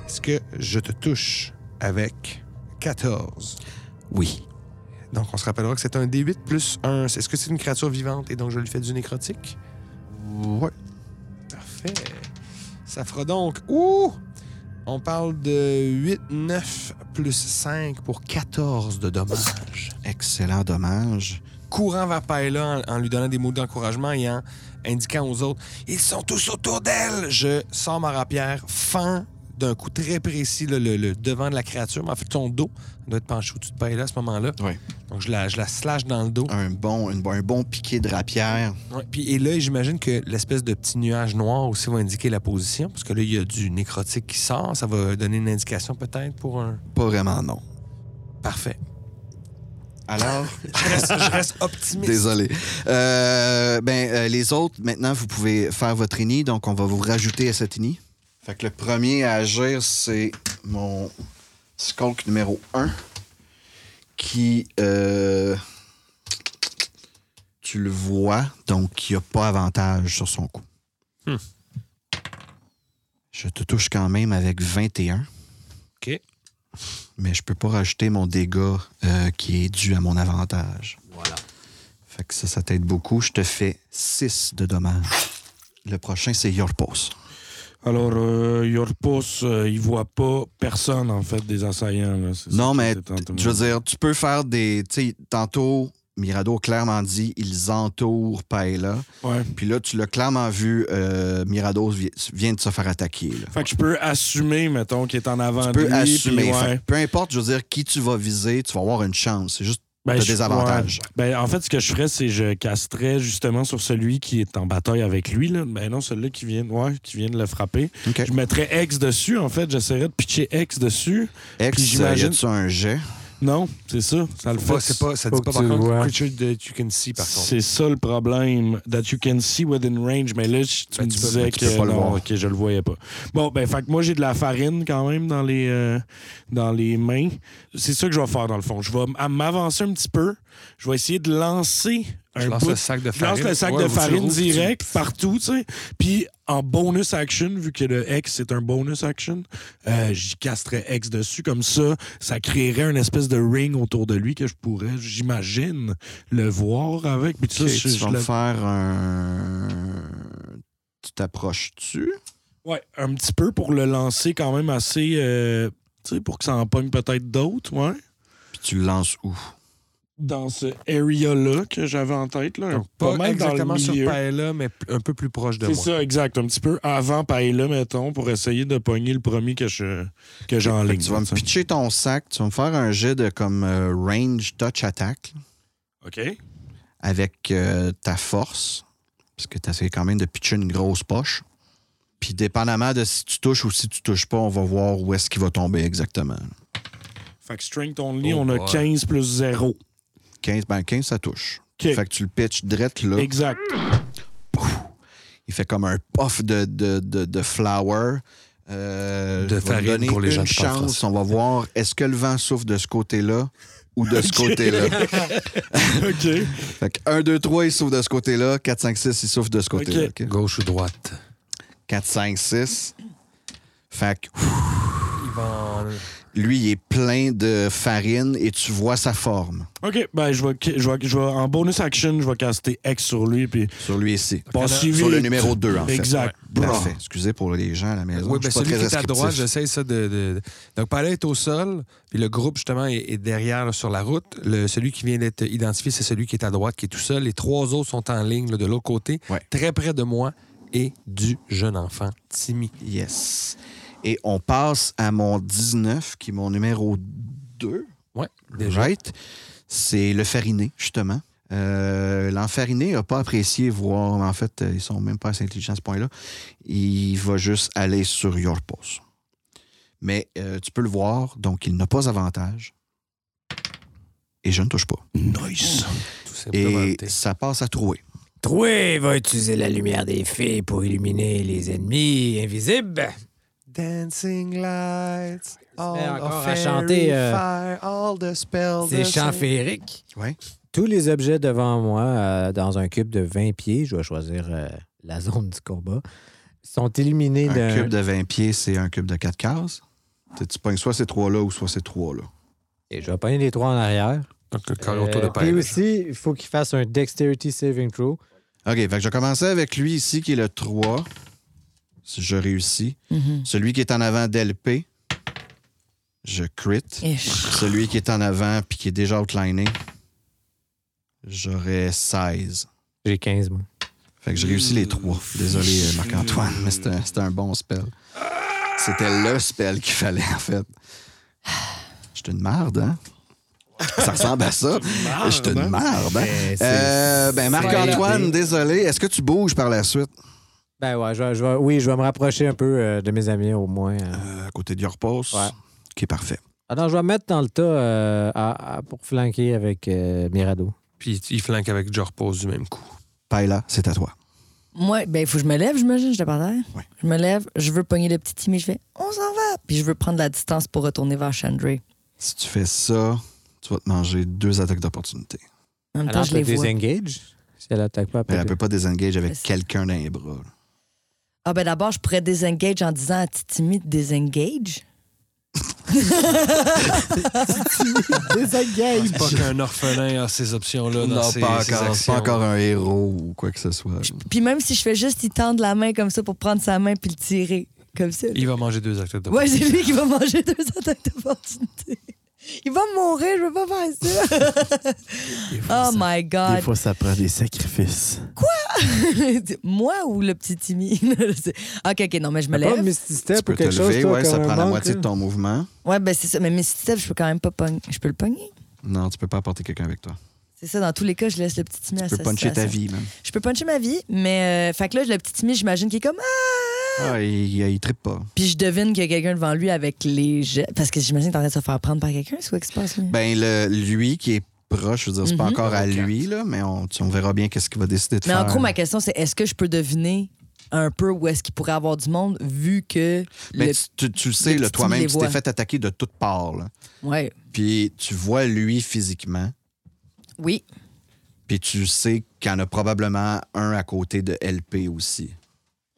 S3: Est-ce que je te touche avec 14?
S1: Oui.
S3: Donc, on se rappellera que c'est un D8 plus 1. Est-ce que c'est une créature vivante et donc je lui fais du nécrotique? Ouais. Parfait. Ça fera donc. Ouh! On parle de 8, 9 plus 5 pour 14 de dommages.
S1: Excellent dommage.
S3: courant vers Paella en, en lui donnant des mots d'encouragement et en indiquant aux autres Ils sont tous autour d'elle Je sors ma rapière, fend d'un coup très précis là, le, le devant de la créature, mais en fait, son dos doit être penché au-dessus de Paella à ce moment-là.
S1: Ouais.
S3: Donc, je la, je la slash dans le dos.
S1: Un bon, une- un bon piqué de rapière.
S3: Ouais, Puis, et là, j'imagine que l'espèce de petit nuage noir aussi va indiquer la position, parce que là, il y a du nécrotique qui sort. Ça va donner une indication peut-être pour un.
S1: Pas vraiment, non.
S3: Parfait.
S1: Alors,
S3: Je reste, je reste optimiste.
S1: désolé. Euh, ben, euh, les autres, maintenant, vous pouvez faire votre ini, donc on va vous rajouter à cet ini. Fait que le premier à agir, c'est mon skulk numéro 1 qui. euh, tu le vois, donc il n'y a pas avantage sur son coup.
S3: Hmm.
S1: Je te touche quand même avec 21.
S3: OK.
S1: mais je peux pas rajouter mon dégât euh, qui est dû à mon avantage. Voilà. Fait que ça, ça t'aide beaucoup. Je te fais 6 de dommages. Le prochain, c'est Yorpos.
S2: Alors, euh, Yorpos, euh, il voit pas personne, en fait, des assaillants. là. C'est
S1: Non,
S2: ça
S1: mais
S2: que j'étais en train de
S1: je veux dire, tu peux faire des. Tu sais, tantôt, Mirado a clairement dit ils entourent Paella.
S2: Ouais.
S1: Puis là, tu l'as clairement vu, euh, Mirado vi- vient de se faire attaquer. là.
S2: Fait que je peux assumer, mettons, qu'il est en avant
S1: Tu peux
S2: de lui.
S1: assumer.
S2: puis ouais.
S1: Fait que peu importe, je veux dire, qui tu vas viser, tu vas avoir une chance. C'est juste
S2: Ben,
S1: t'as
S2: je-
S1: des avantages.
S2: ouais. Ben, en fait, ce que je ferais, c'est je casterais justement sur celui qui est en bataille avec lui. Là. Ben non, celui-là qui vient, ouais, qui vient de le frapper.
S1: OK.
S2: Je mettrais X dessus, en fait. J'essaierais de pitcher X dessus.
S1: Ex,
S2: Puis j'imagine-
S1: tu un jet?
S2: Non, c'est ça. Ça le
S3: Faut pas-
S2: fait.
S3: c'est pas, ça dit
S5: Faut
S3: pas
S5: que
S3: par
S5: tu
S3: contre
S5: vois.
S3: creature that you can see par contre.
S2: C'est ça le problème. That you can see within range. Mais là, je- tu
S3: Ben,
S2: me
S3: tu peux-
S2: disais
S1: tu
S2: que
S1: peux pas le
S2: non,
S1: voir.
S2: ok, je le voyais pas. Bon, ben, fait que moi, j'ai de la farine quand même dans les, euh, dans les mains. C'est ça que je vais faire dans le fond. Je vais m- à m'avancer un petit peu. Je vais essayer de lancer
S3: Je
S2: un
S3: lance
S2: bout
S3: le sac de
S2: Je lance
S3: farine.
S2: le sac
S3: Ouais,
S2: de
S3: ou tu
S2: farine
S3: roules, tu-
S2: direct partout, tu sais. Puis en bonus action, vu que le X c'est un bonus action, euh, j'y casterais X dessus. Comme ça, ça créerait une espèce de ring autour de lui que je pourrais, j'imagine, le voir avec. Puis ça,
S1: Ok,
S2: je-
S1: tu
S2: je
S1: vas me
S2: le-
S1: faire un. Tu t'approches-tu?
S2: Ouais, un petit peu pour le lancer quand même assez. euh, tu sais, pour que ça en pogne peut-être d'autres, ouais.
S1: Puis tu le lances où?
S2: Dans ce area-là que j'avais en tête, là.
S3: Donc,
S2: pas
S3: pas,
S2: mal dans le
S3: exactement sur
S2: milieu.
S3: Paella, mais p- un peu plus proche de
S2: C'est
S3: moi.
S2: ça, exact. Un petit peu avant Paella, mettons, pour essayer de pogner le premier que je que j'ai en
S1: Fait
S2: ligne.
S1: que tu vas me
S2: ça.
S1: pitcher ton sac, tu vas me faire un jet de comme euh, range touch attack là,
S2: OK.
S1: avec euh, ta force. Parce que tu essayé quand même de pitcher une grosse poche. Puis dépendamment de si tu touches ou si tu touches pas, on va voir où est-ce qu'il va tomber exactement.
S2: Fait que strength only,
S3: Oh
S2: on a
S3: boy.
S2: 15 plus 0.
S1: 15, ben 15, ça touche.
S2: OK.
S1: Fait que tu le pitches direct là.
S2: Exact.
S1: Il fait comme un puff de, de, de, de flower. Euh,
S3: De
S1: je vais
S3: farine
S1: donner
S3: pour les gens
S1: une
S3: qui parlent
S1: chance.
S3: français.
S1: On va voir est-ce que le vent souffle de ce côté-là ou de ce côté-là.
S2: OK.
S1: Fait que 1, 2, 3, il souffle de ce côté-là. 4, 5, 6, il souffle de ce côté-là.
S2: Ok.
S1: ok?
S3: Gauche ou droite?
S1: 4, 5, 6. Fait que ouf,
S3: Il va en-
S1: lui, il est plein de farine et tu vois sa forme
S2: OK, ben je vais, je vais, je vais- en bonus action, je vais caster X sur lui puis
S1: sur lui ici.
S2: passer
S1: Sur le
S2: vite.
S1: numéro 2, en fait.
S2: Exact. Bra.
S1: Parfait. Excusez pour les gens à la maison.
S3: Oui,
S1: je
S3: ben
S1: suis pas
S3: celui qui
S1: très
S3: est à droite,
S1: descriptif.
S3: j'essaie ça de, de- Donc, Paella est au sol, puis le groupe, justement, est, est derrière là, sur la route. Le, celui qui vient d'être identifié, c'est celui qui est à droite, qui est tout seul. Les trois autres sont en ligne là, de l'autre côté,
S1: Ouais.
S3: très près de moi et du jeune enfant, Timmy.
S1: Yes. Et on passe à mon 19, qui est mon numéro 2.
S3: Ouais, déjà.
S1: Right? C'est le fariné, justement. Euh, L'enfariné n'a pas apprécié voir, en fait, euh, ils sont même pas assez intelligents à ce point-là. Il va juste aller sur Your Pulse. Mais euh, tu peux le voir, donc il n'a pas avantage. Et je ne touche pas.
S2: Nice.
S3: Tout simplement.
S1: Et ça passe à trouer.
S8: Troué va utiliser la lumière des fées pour illuminer les ennemis invisibles.
S3: Dancing lights, all
S8: met encore
S3: of
S8: à
S3: fairy
S8: chanter, euh,
S3: fire, all the spells.
S6: ben,
S8: C'est
S3: the
S8: chant
S3: same.
S8: féerique.
S1: Ouais.
S5: Tous les objets devant moi, euh, dans un cube de 20 pieds, je vais choisir euh, la zone du combat, sont illuminés
S1: Un
S5: d'un...
S1: cube de 20 pieds, c'est un cube de 4 cases. Tu tu pognes soit ces trois-là ou soit ces trois-là.
S5: Et je vais pogner les trois en arrière.
S3: Donc, le carré autour de
S5: Euh, puis
S3: Paella.
S5: aussi, il faut qu'il fasse un Dexterity Saving Throw.
S1: OK, fait que je vais commencer avec lui ici, qui est le 3. Si je réussis.
S6: Mhm.
S1: Celui qui est en avant d'LP, je crit.
S6: Ish.
S1: Celui qui est en avant puis qui est déjà outliné, J'aurais 16.
S5: J'ai 15, moi.
S1: Fait que j'ai réussi les trois. Désolé, euh, Marc-Antoine, mais c'était un- c'était un bon spell. C'était le spell qu'il fallait, en fait. J'étais une marde, hein? Ça ressemble à ça. J'étais une marde, hein?
S5: Eh,
S1: Euh, ben, Marc-Antoine, désolé. Est-ce que tu bouges par la suite?
S5: Ben ouais, je vais, je vais- oui, je vais me rapprocher un peu euh, de mes amis, au moins. euh.
S1: Euh, à côté de Yorpos.
S5: Ouais.
S1: Qui est parfait.
S5: Ah non, je vais me mettre dans le tas euh, à- à- pour flanquer avec euh, Mirado.
S3: Puis il flanque avec Jorpos du même coup.
S1: Paila, c'est à toi.
S6: Moi, ben, il faut que je me lève, j'imagine, j'étais par terre.
S1: Ouais.
S6: Je me lève, je veux pogner le petit Timmy, je fais on s'en va. Puis je veux prendre la distance pour retourner vers Chandray.
S1: Si tu fais ça, tu vas te manger deux attaques d'opportunité.
S6: En même temps,
S5: Alors,
S6: je les vois.
S5: désengage si elle attaque pas.
S1: Mais elle ne peut
S5: peut-être-
S1: pas désengage avec
S6: C'est ça.
S1: quelqu'un dans les bras. là.
S6: Ah, ben d'abord, je pourrais désengage en disant à petit Timmy de désengage.
S1: Ah,
S3: C'est pas qu'un orphelin a ces options-là dans
S1: Non,
S3: ses,
S1: pas
S3: ses
S1: encore, c'est
S3: actions.
S1: pas encore un héros ou quoi que ce soit.
S6: Puis même si je fais juste, il tendre la main comme ça pour prendre sa main puis le tirer. Comme ça.
S3: Il va manger deux actes de
S6: Ouais, c'est lui qui va manger deux attaques d'opportunité. Il va mourir, je veux pas faire ça. oh my
S4: Des
S6: God.
S4: fois, ça prend des sacrifices.
S6: Moi ou le petit Timmy? ok, ok, non, mais je me
S5: Pas
S6: lève.
S1: Tu
S5: Misty Step ou
S1: peux te
S5: quelque chose.
S1: lever,
S5: toi,
S1: ouais, ça
S5: comme
S1: prend
S5: un
S1: la
S5: monk,
S1: moitié
S5: là?
S1: de ton mouvement.
S6: Ouais, ben c'est ça. Mais Misty Step, je peux quand même pas pogner. Je peux le pogner.
S1: Non, tu peux pas apporter quelqu'un avec toi.
S6: C'est ça, dans tous les cas, je laisse le petit Timmy à
S1: Tu peux
S6: sa
S1: puncher ta
S6: situation.
S1: vie, même.
S6: Je peux puncher ma vie, mais. euh, fait que là, le petit Timmy, j'imagine qu'il est comme. Ah!
S1: Ah, il, il, il trippe pas.
S6: Puis je devine qu'il y a quelqu'un devant lui avec les jets. Parce que j'imagine qu'il est en train de se faire prendre par quelqu'un, c'est quoi qui se passe, là?
S1: Ben, le, lui qui est proche, je veux dire, c'est pas
S6: Mhm.
S1: encore à lui, là, mais on, tu- on verra bien qu'est-ce qu'il va décider de
S6: mais
S1: faire.
S6: en gros, ma question, c'est est-ce que je peux deviner un peu où est-ce qu'il pourrait avoir du monde, vu que.
S1: Mais
S6: le-
S1: Ben, tu, tu- tu le sais,
S6: le
S1: là,
S6: petit
S1: toi-même,
S6: Timmy
S1: tu
S6: les
S1: t'es
S6: voit.
S1: fait attaquer de toutes parts. là.
S6: Ouais.
S1: Puis tu vois lui physiquement,
S6: Oui.
S1: puis tu sais qu'il y en a probablement un à côté de LP aussi.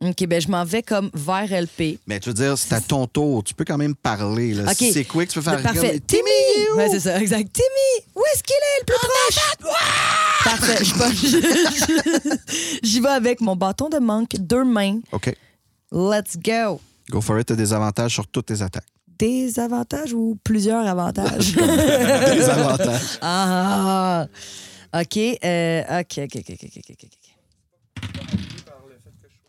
S6: OK, ben je m'en vais comme vers LP.
S1: Mais tu veux dire, c'est à ton tour. Tu peux quand même parler. Là.
S6: Ok.
S1: Euh, Si c'est quick, tu peux faire
S6: Parfait.
S1: regarder-
S6: Timmy! Ouais, c'est ça, exact. Timmy! Où est-ce qu'il est le plus proche? Parfait. Je vais- je- J'y vais avec mon bâton de manque, deux mains.
S1: OK.
S6: Let's go!
S1: Go for it, t'as des avantages sur toutes tes attaques.
S6: Des avantages ou plusieurs avantages?
S1: Des avantages.
S6: ah! OK, euh, OK, OK, OK, OK, OK, OK.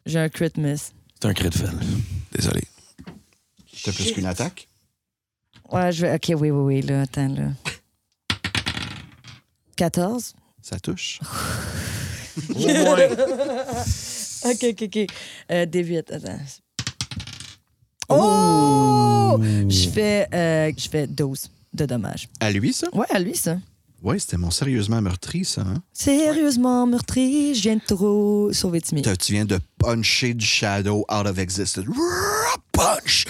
S6: J'ai un crit miss.
S2: C'est un crit de fail.
S1: Désolé. T'as plus qu'une attaque?
S6: Ouais, je vais. OK, oui, oui, oui, là, attends, là. 14?
S1: Ça touche.
S6: OK, OK, OK. Euh, D8, attends. Oh! Je fais, euh, je fais 12 de dommages.
S1: À lui, ça?
S6: Ouais, à lui, ça.
S1: Ouais, c'était mon sérieusement meurtri, ça. hein?
S6: Sérieusement, meurtri, je viens de trop sauver Timmy.
S1: T'as- Tu viens de puncher du shadow out of existence. Rrrr, Punch!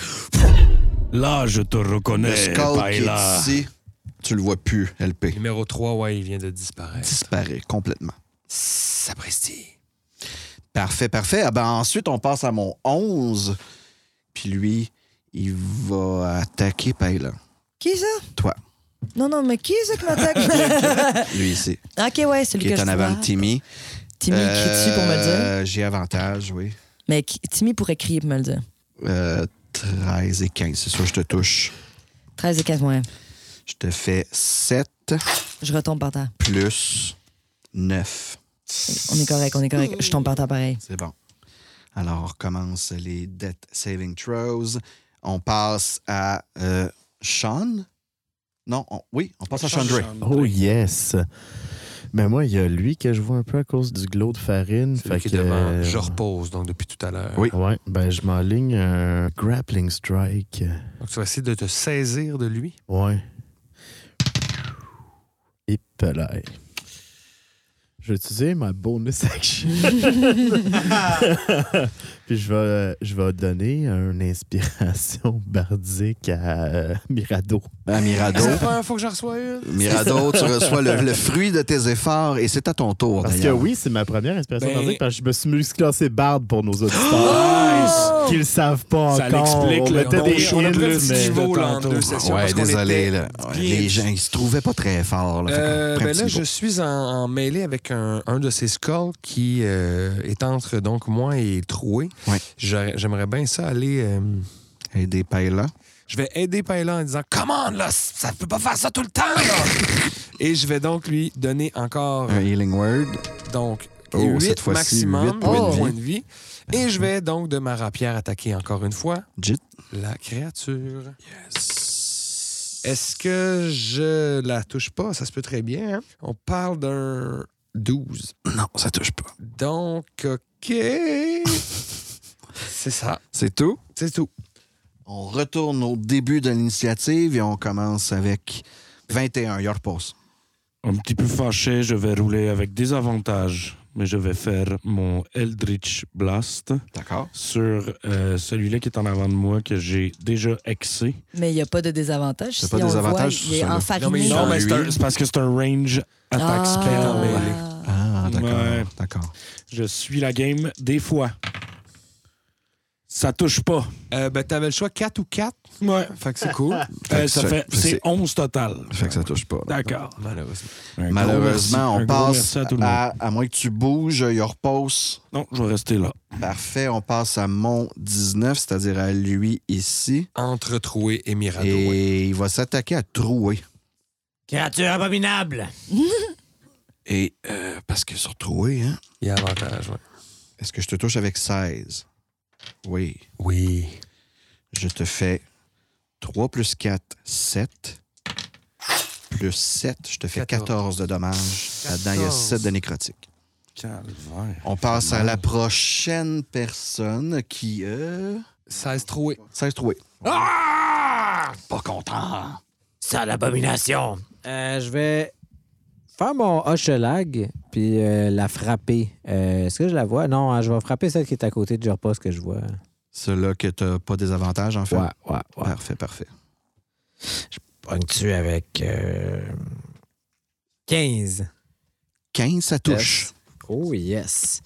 S2: Là, je te
S1: Le
S2: reconnais,
S1: skull qui
S2: Paella.
S1: est ici, tu le vois plus, LP.
S3: Numéro 3, ouais, il vient de disparaître.
S1: Disparaît complètement.
S7: Sapristi.
S1: Parfait, parfait. Ah ben ensuite, on passe à mon 11. Puis lui, il va attaquer Paila.
S6: Qui ça?
S1: Toi.
S6: Non, non, mais qui ça qui m'attaque?
S1: Lui ici,
S6: ok, Ah. ouais, celui
S1: qui
S6: que
S1: est
S6: je
S1: en
S6: vois.
S1: avant de Timmy.
S6: Timmy crie dessus pour me le dire.
S1: Euh, J'ai avantage, oui.
S6: Mais qui- Timmy pourrait crier pour me le dire.
S1: Euh, 13 et 15, c'est sûr, je te touche.
S6: 13 et 15 mois.
S1: Je te fais 7
S6: Je retombe par terre.
S1: plus 9.
S6: On est correct, on est correct. Je tombe par terre pareil.
S1: C'est bon. Alors, on recommence les Death Saving Throws. On passe à euh, Sean. Non, on- oui, on passe à Chandray.
S4: Oh yes! Mais moi, il y a lui que je vois un peu à cause du glow de farine.
S3: Celui
S4: Fait
S3: qui
S4: que,
S3: est devant.
S4: euh,
S3: Je repose donc depuis tout à l'heure.
S1: Oui.
S4: Ouais, ben je m'enligne un grappling strike.
S3: Donc tu vas essayer de te saisir de lui.
S4: Ouais. Et pelay. Je vais utiliser ma bonus action. Puis je vais, je vais donner une inspiration bardique à euh, Mirado.
S1: À Ben, Mirado.
S3: C'est la première fois que j'en reçois une.
S1: Mirado, tu reçois le, le fruit de tes efforts et c'est à ton tour.
S4: Parce que
S1: d'ailleurs.
S4: oui, c'est ma première inspiration
S2: Ben-
S4: bardique parce que je me suis musclassé barde pour nos auditeurs.
S1: Oh!
S2: Nice!
S4: Qu'ils le savent pas
S2: Ça
S4: encore.
S2: l'explique,
S4: On
S2: le
S4: mettait
S2: bon
S4: des
S2: show, le
S4: hints,
S2: petit
S4: mais-
S2: niveau, là, en
S4: tantôt.
S3: deux sessions.
S1: Ouais,
S3: parce qu'on
S1: désolé.
S3: était
S1: là. Ouais,
S3: bien
S1: les
S3: dessus.
S1: gens, ils se trouvaient pas très forts. Là, Fait qu'on
S3: Euh,
S1: prend un
S3: ben
S1: petit
S3: là,
S1: niveau.
S3: je suis en, en mêlée avec un, un de ces skulls qui euh, est entre donc moi et Troué.
S1: Ouais.
S3: J'aurais- J'aimerais bien ça aller. euh,
S1: Et des pailles là.
S3: je vais aider Paella en disant Come on, là, ça peut pas faire ça tout le temps, là! Et je vais donc lui donner encore,
S1: Un healing word.
S3: donc,
S1: Oh,
S3: 8
S1: cette fois-ci,
S3: maximum
S1: huit
S6: points de
S3: points de vie. Et je vais donc, de ma rapière, attaquer encore une fois
S1: Jit.
S3: la créature. Est-ce que je la touche pas? Ça se peut très bien. hein? On parle d'un 12.
S1: Non, ça touche pas.
S3: Donc, OK. C'est ça.
S1: C'est tout.
S3: C'est tout.
S1: On retourne au début de l'initiative et on commence avec 21. Your pause.
S2: Un petit peu fâché, je vais rouler avec des avantages, mais je vais faire mon Eldritch Blast
S1: D'accord.
S2: sur euh, celui-là qui est en avant de moi que j'ai déjà exé.
S6: Mais il n'y a pas de désavantage.
S1: T'as
S6: Si
S1: pas de
S6: on le
S1: désavantage
S6: voit,
S1: sur
S6: Il est
S1: celui-là.
S6: enfariné.
S3: Non, mais il
S2: Non,
S3: Dans
S2: mais c'est
S3: lui.
S2: un- c'est parce que c'est un range attack spell.
S6: Ah.
S2: mais
S1: Ah, d'accord.
S2: Ouais.
S1: D'accord.
S2: Je suis la game des fois. Ça touche pas.
S3: Euh, ben, t'avais le choix 4 ou 4.
S2: Ouais.
S3: Fait que c'est cool.
S2: Euh, ça
S1: ça-
S2: fait
S1: c'est-
S2: c'est 11 total.
S1: Fait que ça touche pas. là.
S2: D'accord.
S3: Malheureusement.
S2: Un gros
S1: Malheureusement,
S2: merci- un gros
S1: on passe
S2: merci à tout le monde.
S1: à, à moins que tu bouges, Your pause.
S2: Non, je vais rester là.
S1: Parfait. On passe à mon 19, c'est-à-dire à lui ici.
S3: Entre Troué et Mirado. ouais.
S1: Et il va s'attaquer à Troué.
S8: Créature abominable!
S1: Et euh, parce que sur Troué, hein,
S3: Il y a avantage, ouais.
S1: est-ce que je te touche avec 16? Oui.
S3: Oui.
S1: Je te fais 3 plus 4, 7. Plus 7, je te fais 14, de dommages. Là-dedans, il y a 7 de nécrotique.
S2: Calvaire.
S1: On passe à la prochaine personne qui. Euh,
S3: 16 Troué.
S1: 16 troué.
S3: Ah!
S7: Pas content.
S8: Sale abomination!
S5: Euh, je vais faire mon hochelag puis euh, la frapper. Euh, Est-ce que je la vois? Non, hein, je vais frapper celle qui est à côté du repas, ce que je vois.
S1: Ceux-là que t'as pas des avantages, en fait.
S5: Ouais, ouais, ouais.
S1: Parfait, parfait.
S8: Pogne-tu avec. euh,
S5: 15.
S1: 15, ça touche.
S5: Oh, yes.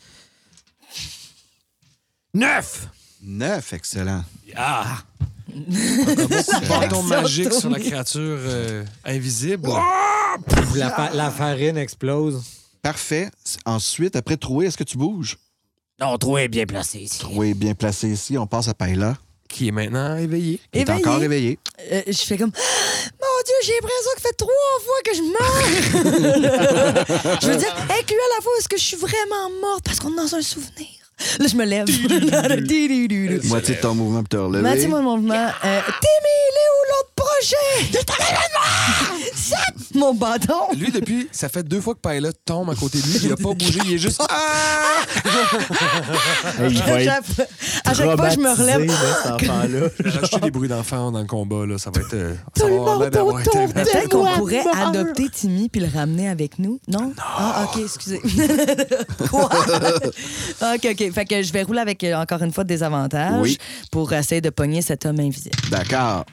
S5: 9!
S1: 9, excellent.
S2: Ah!
S3: Bâton
S6: Action
S3: magique sur la
S6: tournée.
S3: créature euh, invisible.
S5: La, fa- la farine explose.
S1: Parfait. Ensuite, après troué, est-ce que tu bouges?
S8: Non, trop est bien placé ici.
S1: Troué bien placé ici. On passe à Paila.
S3: Qui est maintenant éveillé.
S1: Il est
S6: Éveillé.
S1: encore éveillé.
S6: Euh, je fais comme Mon Dieu, j'ai l'impression que ça fait trois fois que je meurs. je veux dire, inclus à la fois, est-ce que je suis vraiment morte parce qu'on est dans un souvenir? Là, je me lève. Ti-di-di-di-di.
S1: Moitié de ton mouvement pour te relever.
S6: Mathieu, mon mouvement. Euh, Timmy, il est où l'autre projet? Je Ça, mon bâton.
S3: Lui, depuis, ça fait deux fois que Pilot tombe à côté de lui. Il a pas bougé. Il est juste. Ah!
S4: Hey, il
S6: À
S4: va être
S6: chaque fois- à chaque fois, je me
S4: traumatisé,
S6: relève.
S4: là, cet enfant-là.
S3: Rajouter des bruits d'enfants dans le combat, là, ça va être. euh,
S9: Tout
S3: ça va
S9: le
S3: avoir
S9: monde
S3: l'air d'avoir été
S9: autour de
S6: Peut-être qu'on
S9: moi
S6: pourrait
S9: meurt.
S6: adopter Timmy puis le ramener avec nous, non? Ah, OK, excusez. Quoi? OK, OK. Fait que je vais rouler avec, euh, encore une fois, des avantages
S1: Oui.
S6: pour essayer de pogner cet homme invisible.
S1: D'accord.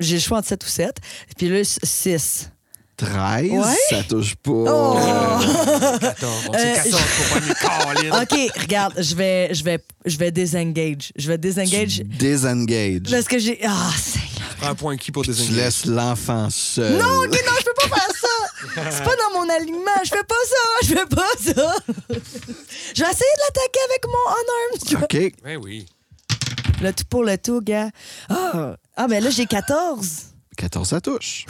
S6: J'ai le choix entre 7 ou 7, puis là, 6.
S1: 13,
S6: Ouais.
S1: ça touche pas.
S6: Oh!
S3: Attends, on s'est
S6: Euh,
S3: 14 pour pogner Colin.
S6: OK, regarde, je vais, je vais, je vais désengage. Je vais désengage
S1: Désengage.
S6: parce que j'ai... Ah, Seigneur.
S3: Prends un point qui pour
S1: Tu
S3: désigner.
S1: laisses l'enfant seul.
S6: Non, OK, non, je peux pas faire ça. C'est pas dans mon aliment. Je fais pas ça. Je fais pas ça. Je vais essayer de l'attaquer avec mon unarmed. tu vois.
S1: OK.
S3: Ben oui.
S6: Le tout pour le tout, gars. Ah, ah ben là, j'ai 14.
S1: 14, ça touche.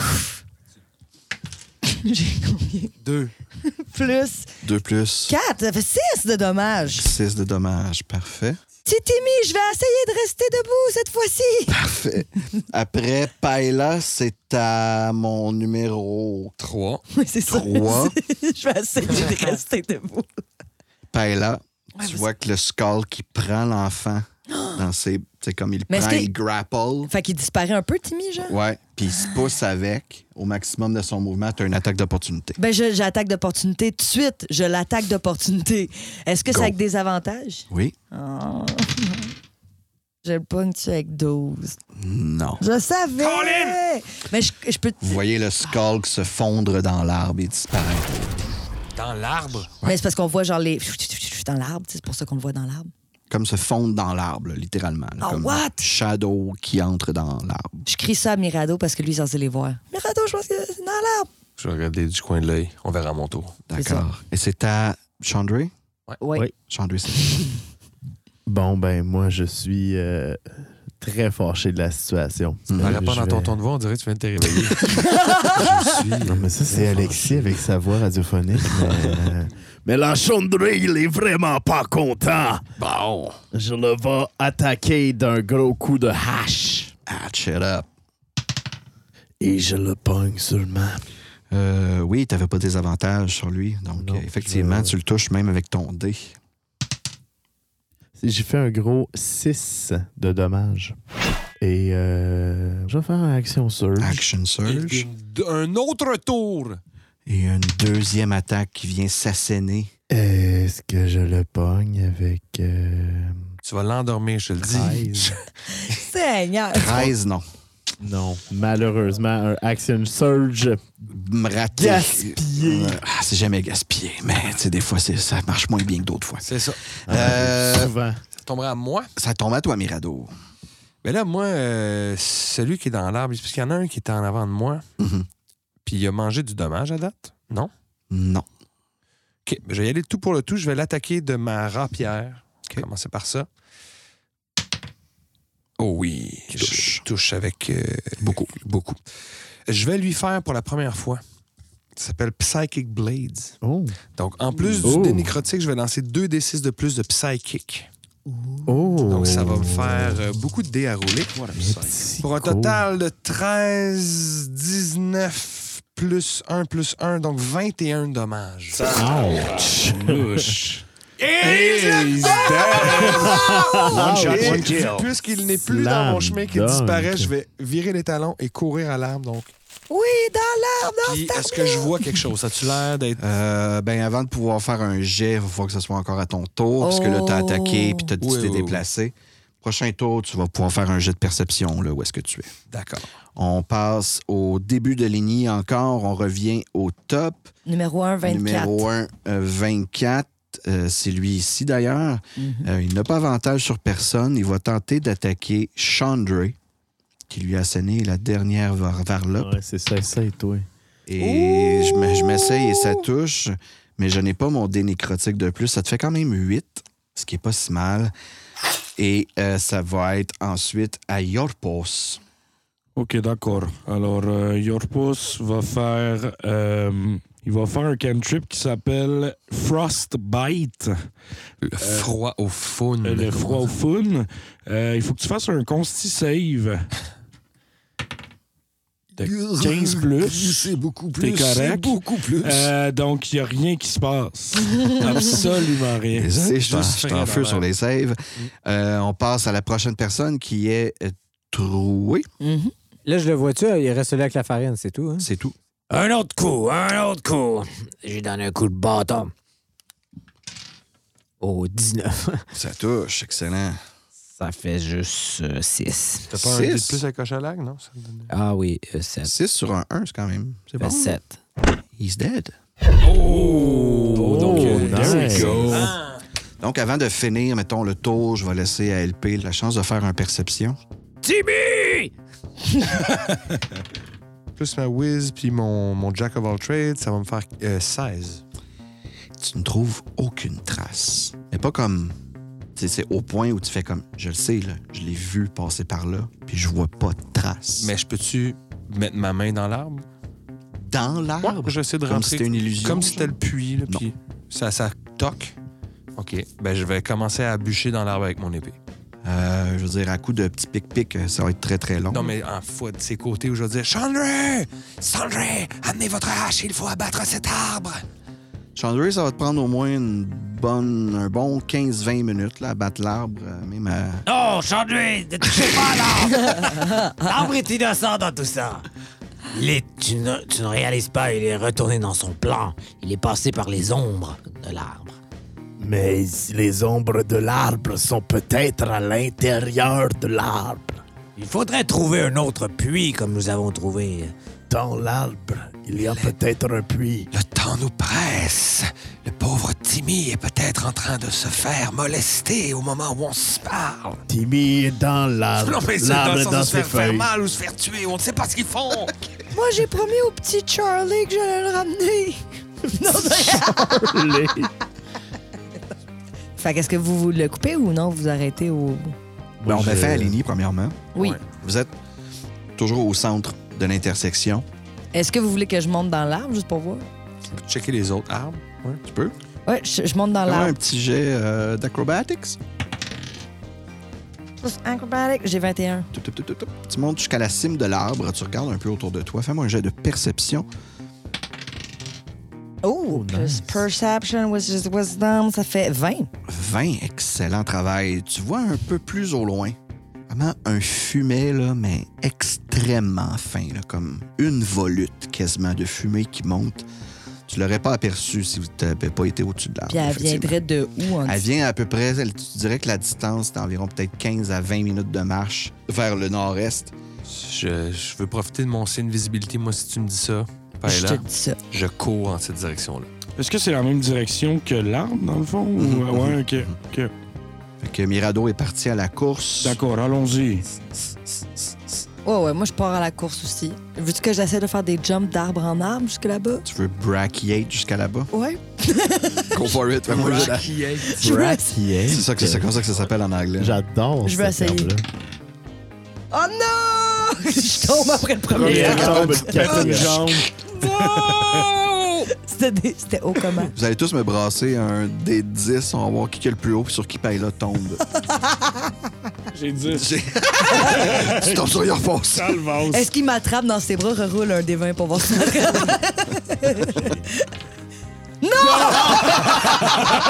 S6: j'ai combien?
S3: Deux.
S6: Plus
S1: 2 plus
S6: 4. Ça fait 6 de dommages.
S1: 6 de dommages. Parfait.
S6: Petit Timmy, je vais essayer de rester debout cette fois-ci.
S1: Parfait. Après, Paila, c'est à mon numéro
S3: Trois.
S6: Oui, c'est ça.
S1: Trois.
S6: je vais essayer de rester debout.
S1: Paila.
S6: Ouais,
S1: tu
S6: vas-y.
S1: vois que le skull qui prend l'enfant dans ses. C'est comme il
S6: Mais est-ce
S1: prend,
S6: que-
S1: il grapple.
S6: Fait qu'il disparaît un peu, Timmy, genre. Ah.
S1: Ouais. Puis il se pousse avec. Au maximum de son mouvement, tu as une attaque d'opportunité.
S6: Ben, je- j'attaque d'opportunité tout de suite. Je l'attaque d'opportunité. Est-ce que
S1: Go.
S6: c'est avec des avantages?
S1: Oui.
S6: Oh. Je le pogne-tu avec 12?
S1: Non.
S6: Je savais! Mais je, je peux...
S1: Vous voyez le skull se fondre dans l'arbre et disparaître.
S3: Dans l'arbre.
S6: Mais c'est parce qu'on voit genre les... Dans l'arbre, tu sais, c'est pour ça qu'on le voit dans l'arbre.
S1: comme se fondre dans l'arbre, là, littéralement. là,
S6: Oh,
S1: comme
S6: what?
S1: Shadow qui entre dans l'arbre.
S6: Je crie ça à Mirado parce que lui, il est censé les voir. Mirado, je pense que c'est dans l'arbre.
S3: Je vais regarder du coin de l'œil. On verra à mon tour.
S1: D'accord. Et c'est à Chandray?
S6: Oui.
S4: Oui.
S1: Chandray, c'est
S4: Bon, ben, moi, je suis euh, très fâché de la situation.
S3: En
S4: Euh,
S3: répondant
S4: je
S3: à Ben, ton
S4: vais-
S3: ton de voix, on dirait que tu viens de te réveiller. Je suis.
S4: Non, mais ça, c'est Alexis avec sa voix radiophonique. mais, euh, mais la chondrille, il est vraiment pas content.
S1: Ah! Bon,
S4: Je le vais attaquer d'un gros coup de hache.
S1: hatch it up.
S4: Et je le pogne seulement.
S1: Euh, oui, t'avais pas des avantages sur lui. Donc,
S4: Non,
S1: euh, effectivement,
S4: je-
S1: tu le touches même avec ton dé.
S4: J'ai fait un gros 6 de dommages. Et euh, je vais faire un action surge.
S1: Action
S3: Et
S1: surge.
S3: une- Un autre tour.
S1: Et une deuxième attaque qui vient s'asséner.
S4: Est-ce que je le pogne avec. euh,
S3: Tu vas l'endormir, je te le dis.
S4: 13?
S6: Seigneur.
S4: Ah,
S1: 13, non.
S4: Non. Malheureusement, un action surge.
S1: M- Raté.
S4: Gaspillé.
S1: Euh, ah, c'est jamais gaspillé, mais tu sais, des fois, c'est- ça marche moins bien que d'autres fois.
S3: C'est ça.
S1: Euh,
S4: Ah, Souvent.
S3: Ça tombera à moi.
S1: ça tombe à toi, Mirado.
S3: Mais là, moi, euh, celui qui est dans l'arbre, parce qu'il y en a un qui est en avant de moi,
S1: Mhm.
S3: puis il a mangé du dommage à date. Non?
S1: Non.
S3: OK. Je vais y aller tout pour le tout. Je vais l'attaquer de ma rapière. Je vais Commencer par ça. Oh oui.
S1: Tu
S3: je
S1: touches.
S3: touche avec. beaucoup. Beaucoup. Je vais lui faire pour la première fois. Ça s'appelle Psychic Blades.
S4: Oh.
S3: Donc, en plus
S4: Oh.
S3: du dé nécrotique, je vais lancer 2d6 de plus de Psychic.
S4: Oh.
S3: Donc, ça va me faire euh, beaucoup de dés à rouler.
S4: Petit
S3: Pour un
S4: gros.
S3: total de 13, 19, plus 1, plus 1, donc 21 dommages.
S4: Ouch.
S3: One
S4: shot,
S3: Et
S4: one kill.
S3: Puisqu'il n'est plus
S4: Slam
S3: dans mon chemin qu'il
S4: dunk.
S3: disparaît, je vais virer les talons et courir à l'arbre. Donc,
S6: Oui, dans l'arbre, dans
S3: Puis,
S6: cet
S3: est-ce que je vois quelque chose? As-tu l'air d'être.
S1: Euh, ben, avant de pouvoir faire un jet, il faut que ce soit encore à ton tour, parce que là, t'as
S6: Oh.
S1: attaqué, puis t'as dit que
S3: Oui,
S1: tu
S3: oui,
S1: t'es
S3: oui.
S1: déplacé. Prochain tour, tu vas pouvoir faire un jet de perception, là, où est-ce que tu es.
S3: D'accord.
S1: On passe au début de lignée encore. On revient au top.
S6: Numéro 1, 24.
S1: Numéro 1, 24. Euh, c'est lui ici, d'ailleurs.
S4: Mhm.
S1: Euh, il n'a pas avantage sur personne. Il va tenter d'attaquer Chandre, qui lui a asséné la dernière var- varlope.
S4: Ouais, c'est ça, ça et toi.
S1: Et je me- je
S6: Ouh!
S1: m'essaye et ça touche, mais je n'ai pas mon dé nécrotique de plus. Ça te fait quand même 8, ce qui est pas si mal. Et euh, ça va être ensuite à Yorpos.
S2: Ok, d'accord. Alors, euh, Yorpus va faire. euh, il va faire un cantrip qui s'appelle Frostbite,
S3: Le froid au faune.
S2: euh, le froid au fun. Euh, il faut que tu fasses un consti save. De 15 plus.
S1: C'est beaucoup
S2: T'es correct.
S1: beaucoup plus.
S2: Euh, donc, il n'y a rien qui se passe. Absolument rien.
S1: Désolé, je suis en-
S3: juste
S1: je suis
S3: frais
S1: en
S3: dans
S1: feu
S3: l'air.
S1: sur les saves. Euh, on passe à la prochaine personne qui est euh, Troué.
S6: Mhm.
S5: Là, je le vois-tu, il reste là avec la farine, c'est tout. Hein?
S1: C'est tout.
S8: Un autre coup, un autre coup. J'ai donné un coup de bâton. Oh, 19.
S1: Ça touche, excellent.
S8: Ça fait juste 6.
S3: T'as pas un dé de
S1: Six.
S3: plus à cochalag, non? Ça me donne-
S8: Ah oui, 7.
S1: 6 sur un 1, c'est quand même. C'est bon.
S8: 7.
S1: He's dead.
S2: Oh, donc, euh,
S4: nice.
S1: Donc, avant de finir, mettons, le tour, je vais laisser à LP la chance de faire un perception.
S3: Plus ma whiz puis mon, mon jack of all trades, ça va me faire euh, 16.
S1: Tu ne trouves aucune trace. Mais pas comme. tu sais, C'est au point où tu fais comme. Je le sais, là, je l'ai vu passer par là, puis je vois pas de trace.
S3: Mais je peux-tu mettre ma main dans l'arbre?
S1: dans l'arbre,
S3: Ouais, j'essaie de
S1: comme
S3: rentrer.
S1: si c'était une illusion.
S3: Comme si c'était le puits, là,
S1: Non.
S3: puis ça, ça toque. OK. Ben, je vais commencer à bûcher dans l'arbre avec mon épée.
S1: Euh, je veux dire, à coup de petit pic-pic, euh, ça va être très, très long.
S3: Non, mais en fois de ses côtés où je vais dire Chandra! Chandra! Amenez votre hache, il faut abattre cet arbre!
S1: Chandler, ça va te prendre au moins une bonne, un bon 15-20 minutes là, à battre l'arbre, euh, même à...
S8: Non, Chandler, ne touchez pas à l'arbre! L'arbre est innocent dans tout ça. Il est, tu, ne, tu ne réalises pas, il est retourné dans son plan. Il est passé par les ombres de l'arbre.
S4: Mais les ombres de l'arbre sont peut-être à l'intérieur de l'arbre.
S8: Il faudrait trouver un autre puits comme nous avons trouvé.
S4: Dans l'arbre, il y a peut-être un puits.
S7: Le temps nous presse. Le pauvre Timmy est peut-être en train de se faire molester au moment où on se parle.
S4: Timmy est dans l'arbre.
S7: Non, mais c'est dans
S4: l'arbre
S7: le
S4: est
S7: sens
S4: dans
S7: de se
S4: ses
S7: faire, faire
S4: feuilles.
S7: mal ou se faire tuer. On ne sait pas ce qu'ils font.
S9: Moi, j'ai promis au petit Charlie que j'allais le ramener.
S6: Fait qu'est-ce que vous, vous le coupez ou non? Vous arrêtez au.
S1: Ben, on
S4: je-
S1: met fin à Ligny, premièrement.
S6: Oui.
S1: Ouais. Vous êtes toujours au centre de l'intersection.
S6: Est-ce que vous voulez que je monte dans l'arbre juste pour voir?
S3: Peux-tu checker les autres arbres?
S1: Tu peux?
S6: Ouais, je, je monte dans
S1: Fais-moi
S6: l'arbre.
S1: un petit jet euh, d'acrobatics.
S6: Plus acrobatic, J'ai 21.
S1: Toup, toup, toup, toup, toup. Tu montes jusqu'à la cime de l'arbre, tu regardes un peu autour de toi. Fais-moi un jet de perception.
S6: Oh, plus
S4: nice.
S6: perception, which is wisdom, ça fait 20.
S1: 20, excellent travail. Tu vois un peu plus au loin. Vraiment un fumet, là, mais extrêmement fin, là, comme une volute quasiment de fumée qui monte. Tu l'aurais pas aperçu si vous n'avez pas été au-dessus de l'arbre.
S6: Puis elle
S1: Ah, effectivement.
S6: viendrait de où hein? en
S1: Elle
S6: dessous?
S1: vient à peu près, elle- tu dirais que la distance est d'environ peut-être 15 à 20 minutes de marche vers le nord-est.
S7: Je, je veux profiter de mon signe de visibilité, moi, si tu me dis ça. Par
S6: Je te
S7: là,
S6: dis ça.
S7: je cours en cette direction-là.
S2: Est-ce que c'est la même direction que l'arbre, dans le fond? ou-
S1: Mhm,
S2: Ouais, ok. ok.
S1: Fait que Mirado est parti à la course.
S2: D'accord, allons-y.
S6: Ouais, ouais, moi je pars à la course aussi. Veux-tu que j'essaie de faire des jumps d'arbre en arbre jusque là-bas?
S1: Tu veux brachiate jusqu'à là-bas?
S6: Ouais.
S1: Go for it. fais-moi un jet d'a-
S6: Je veux essa-
S4: Brachiate.
S1: C'est ça que c'est comme ça que ça s'appelle en anglais.
S4: J'adore.
S6: Je veux
S4: ce
S6: essayer.
S4: terme-là.
S6: Oh non! je tombe après le premier. Ah,
S4: Yeah. Tombe de
S2: Pète une
S4: carrière.
S2: jambe.
S6: Non! C'était des- C'était haut comment?
S1: Vous allez tous me brasser un des 10, on va voir qui est le plus haut, puis sur qui Paella tombe.
S2: J'ai dit.
S1: J'ai- tu tombes sur your force.
S2: Salvance.
S6: Est-ce qu'il m'attrape dans ses bras, reroule un des 20 pour voir si Non!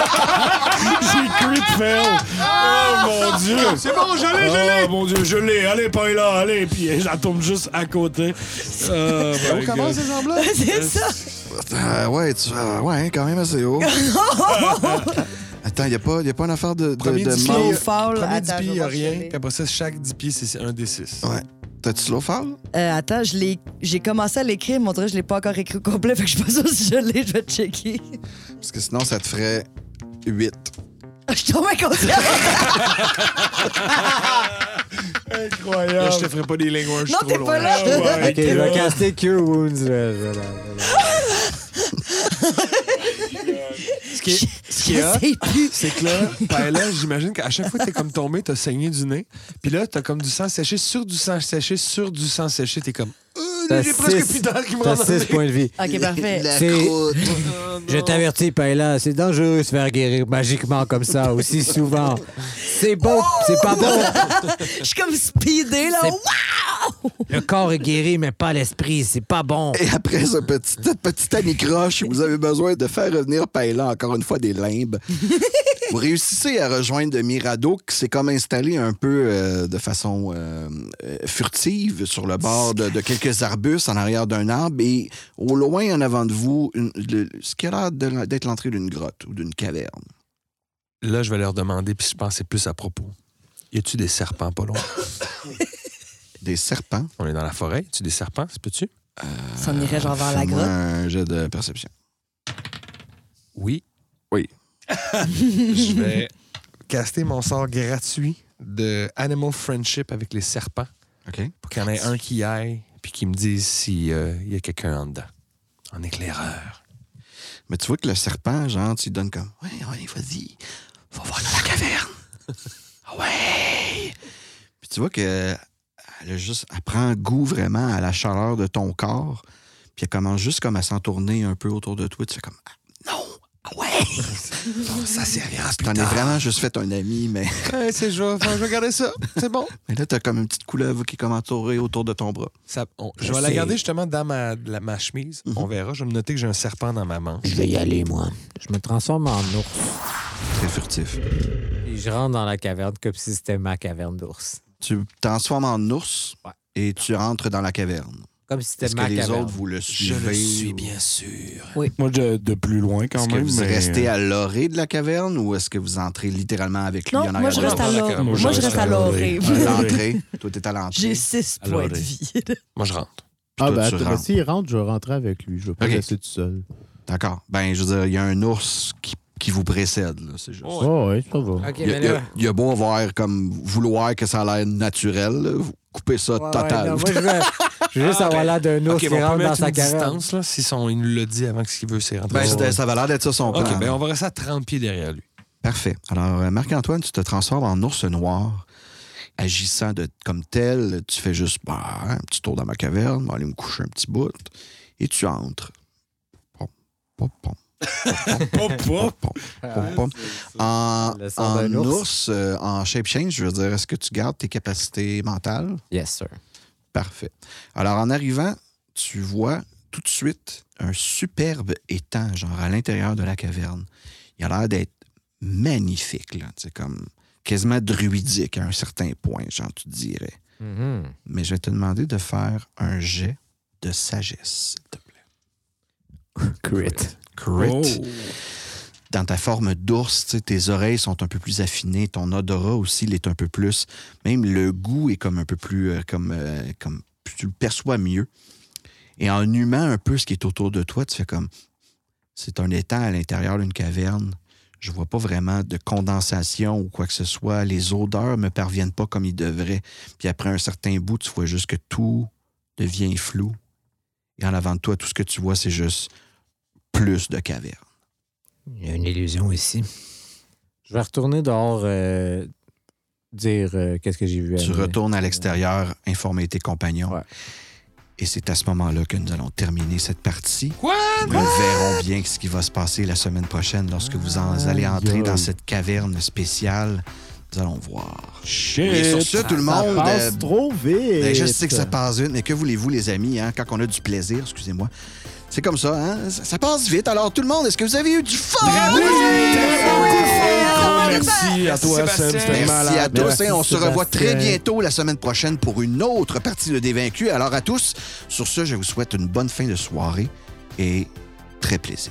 S2: J'ai crit fail. Oh mon dieu. C'est bon, je l'ai, je l'ai. Oh mon dieu, je l'ai. Allez, pas là, allez. Puis elle elle tombe juste à côté. Euh, my
S3: Comment
S2: God.
S3: ces arbres-là?
S6: Oh C'est ça!
S1: Euh, ouais, tu, euh, ouais, quand même assez haut.
S6: Oh,
S1: Attends, il n'y a, pas- y a pas une affaire de, de,
S3: Premier
S1: de
S3: dix
S1: mort.
S6: Slow
S3: pieds,
S6: fall.
S3: Premier
S6: Attends,
S3: 10 pieds,
S6: je vais
S3: il n'y a
S6: voir si je
S3: rien.
S6: l'ai.
S3: Puis après ça, chaque 10 pieds, c'est un D6.
S1: Ouais. T'as-tu slow fall?
S6: Euh, attends, je l'ai- j'ai commencé à l'écrire, mais on dirait que je l'ai pas encore écrit au complet, fait que je suis pas sûre si je l'ai, je vais checker.
S1: Parce que sinon, ça te ferait 8.
S6: Je tombe inconscient.
S3: Là, je te ferai pas des langues, je
S6: Non,
S3: suis trop
S6: t'es pas
S3: loin.
S6: là.
S5: Ok, je vais caster Cure Wounds. là, voilà, voilà.
S3: Ce qui est, ce qui est hot,
S6: Je sais plus.
S3: c'est que là, ben là j'imagine qu'à chaque fois que t'es comme tombé, t'as saigné du nez. Puis là, t'as comme du sang séché sur du sang séché sur du sang séché. T'es comme. Euh,
S5: T'as
S3: J'ai presque
S5: six-
S3: plus d'air qui me
S5: T'as
S3: rentre dans le
S5: 6
S3: nez.
S5: points de vie.
S6: Ok, parfait.
S1: La
S5: C'est-
S1: croûte.
S5: Je t'avertis, Paella, c'est dangereux de se faire guérir magiquement comme ça, aussi souvent. C'est bon, c'est pas bon.
S6: Je suis comme speedée, là.
S5: C'est-
S6: Ouah!
S5: Le corps est guéri, mais pas l'esprit. C'est pas bon.
S1: Et après ce petit, cette petite anicroche, vous avez besoin de faire revenir Paella encore une fois des limbes. vous réussissez à rejoindre Mirado qui s'est comme installé un peu euh, de façon euh, euh, furtive sur le bord de, de quelques arbustes en arrière d'un arbre et au loin en avant de vous, une- le- ce qui a l'air de- d'être l'entrée d'une grotte ou d'une caverne.
S7: Là, je vais leur demander, puis je pense que c'est plus à propos. Y a-tu des serpents pas loin?
S1: Des serpents.
S7: On est dans la forêt. Y a-tu des serpents? Se peux-tu?
S6: Ça en Euh, irait genre vers la
S1: Fais-moi
S6: grotte.
S1: un jet de perception.
S7: Oui.
S3: Je vais caster mon sort gratuit de Animal Friendship avec les serpents
S1: OK.
S7: Pour qu'il y en ait un qui y aille, puis qui me dise s'il euh, y a quelqu'un en dedans. En éclaireur.
S1: Mais tu vois que le serpent, genre, tu lui donnes comme Ouais, ouais, vas-y, va voir dans la caverne. Ah ouais! Puis tu vois que elle, a juste, elle prend goût vraiment à la chaleur de ton corps, puis elle commence juste comme à s'entourner un peu autour de toi. Tu fais comme Ah, Non! Ah ouais!
S7: Ça servira
S1: T'en es vraiment juste fait un ami, mais,
S3: Hey, c'est je vais- je vais garder ça. C'est bon.
S1: mais là, t'as comme une petite couleuvre qui est comme entourée autour de ton bras.
S3: Ça- on- je vais la
S5: Ben, C'est-
S3: garder justement dans ma, la- ma chemise.
S1: Mhm.
S3: On verra. Je vais me noter que j'ai un serpent dans ma manche.
S5: Je vais y aller, moi. Je me transforme en ours.
S1: Très furtif.
S5: Et je rentre dans la caverne comme si c'était ma caverne d'ours.
S1: Tu te transformes en ours
S5: Ouais.
S1: et tu rentres dans la caverne.
S5: Comme si c'était
S1: Est-ce que
S5: ma
S1: les
S5: caverne.
S1: autres, vous le
S7: Je
S1: suivez?
S7: le suis,
S1: ou-
S7: bien sûr.
S2: Moi, de, de plus loin quand
S1: Est-ce que
S2: même.
S1: vous
S2: mais- euh,
S1: restez à l'orée de la caverne ou est-ce que vous entrez littéralement avec lui
S6: Non,
S1: en
S6: moi je
S1: arrière
S6: reste
S1: de
S6: à
S1: vous?
S6: l'or.
S2: Moi,
S6: Moi je reste à l'orée.
S1: À l'entrée. Toi, t'es à l'entrée.
S6: J'ai 6
S7: Alors,
S6: points de
S7: allez.
S6: vie.
S7: Moi, je rentre. bah,
S1: toi,
S4: Ah, ben,
S1: tu
S4: attends,
S1: rentres.
S4: s'il rentre, je vais rentrer avec lui. Je vais pas
S1: Ok.
S4: le laisser tout seul.
S1: D'accord. Ben, je veux dire, il y a un ours qui, qui vous précède. là, C'est juste.
S4: Oh, ouais, ça va.
S5: Ok,
S1: Il y a-
S5: mais
S1: il y a,
S5: là.
S1: il y a beau avoir comme vouloir que ça a l'air naturel, là, vous coupez ça
S5: Ouais, ouais,
S1: total. Ah,
S5: non, moi, je veux, je veux juste avoir l'air d'un ours
S7: Ah, OK,
S5: qui
S7: bon, on peut
S5: rentre dans
S7: mettre
S5: sa
S7: une
S5: caverne.
S7: distance, là, si son, il nous l'a dit avant que ce qu'il veut, c'est rentrer.
S1: Ben, c'était- ça avait l'air d'être ça son plan.
S7: OK, ben, on va rester à 30 pieds derrière lui.
S1: Parfait. Alors, euh, Marc-Antoine, tu te transformes en ours noir agissant de, comme tel, tu fais juste bah, un petit tour dans ma caverne, aller me coucher un petit bout, et tu entres. Pom, pom, pom,
S2: Pop, pop.
S1: pom, pom, pom. En,
S5: Le son
S1: en
S5: d'un ours.
S1: ours, euh, en shape change, je veux dire, est-ce que tu gardes tes capacités mentales?
S5: Yes, sir.
S1: Parfait. Alors, en arrivant, tu vois tout de suite un superbe étang, genre à l'intérieur de la caverne. Il a l'air d'être magnifique, là. C'est comme quasiment druidique à un certain point, genre, tu dirais.
S3: Mhm.
S1: Mais je vais te demander de faire un jet de sagesse, s'il te plaît.
S5: Crit.
S1: Crit. Dans ta forme d'ours, tu sais, tes oreilles sont un peu plus affinées, ton odorat aussi l'est un peu plus. Même le goût est comme un peu plus. euh, comme, euh, comme Tu le perçois mieux. Et en humant un peu ce qui est autour de toi, tu fais comme. C'est un étang à l'intérieur d'une caverne. Je vois pas vraiment de condensation ou quoi que ce soit. Les odeurs me parviennent pas comme ils devraient. Puis après un certain bout, tu vois juste que tout devient flou. Et en avant de toi, tout ce que tu vois, c'est juste plus de cavernes.
S5: Il y a une illusion ici. Je vais retourner dehors euh, dire euh, qu'est-ce que j'ai vu. à
S1: Tu
S5: la-
S1: retournes à l'extérieur, informer tes compagnons.
S5: Ouais.
S1: Et c'est à ce moment-là que nous allons terminer cette partie. nous verrons bien ce qui va se passer la semaine prochaine lorsque vous en allez entrer dans cette caverne spéciale. Nous allons voir. Et sur
S2: Shit.
S1: ce, tout le monde, euh,
S4: passe trop vite.
S1: ben, je sais que ça passe vite, mais que voulez-vous, les amis, hein, quand on a du plaisir, excusez-moi. C'est comme ça, hein? Ça, ça passe vite. Alors, tout le monde, est-ce que vous avez eu du fun?
S2: Gros Merci à toi, Sam. C'était
S1: hein? Merci à
S2: malade.
S1: tous.
S4: Merci,
S1: hein. on se revoit
S4: Sébastien.
S1: très bientôt la semaine prochaine pour une autre partie de Dévaincus. Alors à tous, sur ce, je vous souhaite une bonne fin de soirée et très plaisir.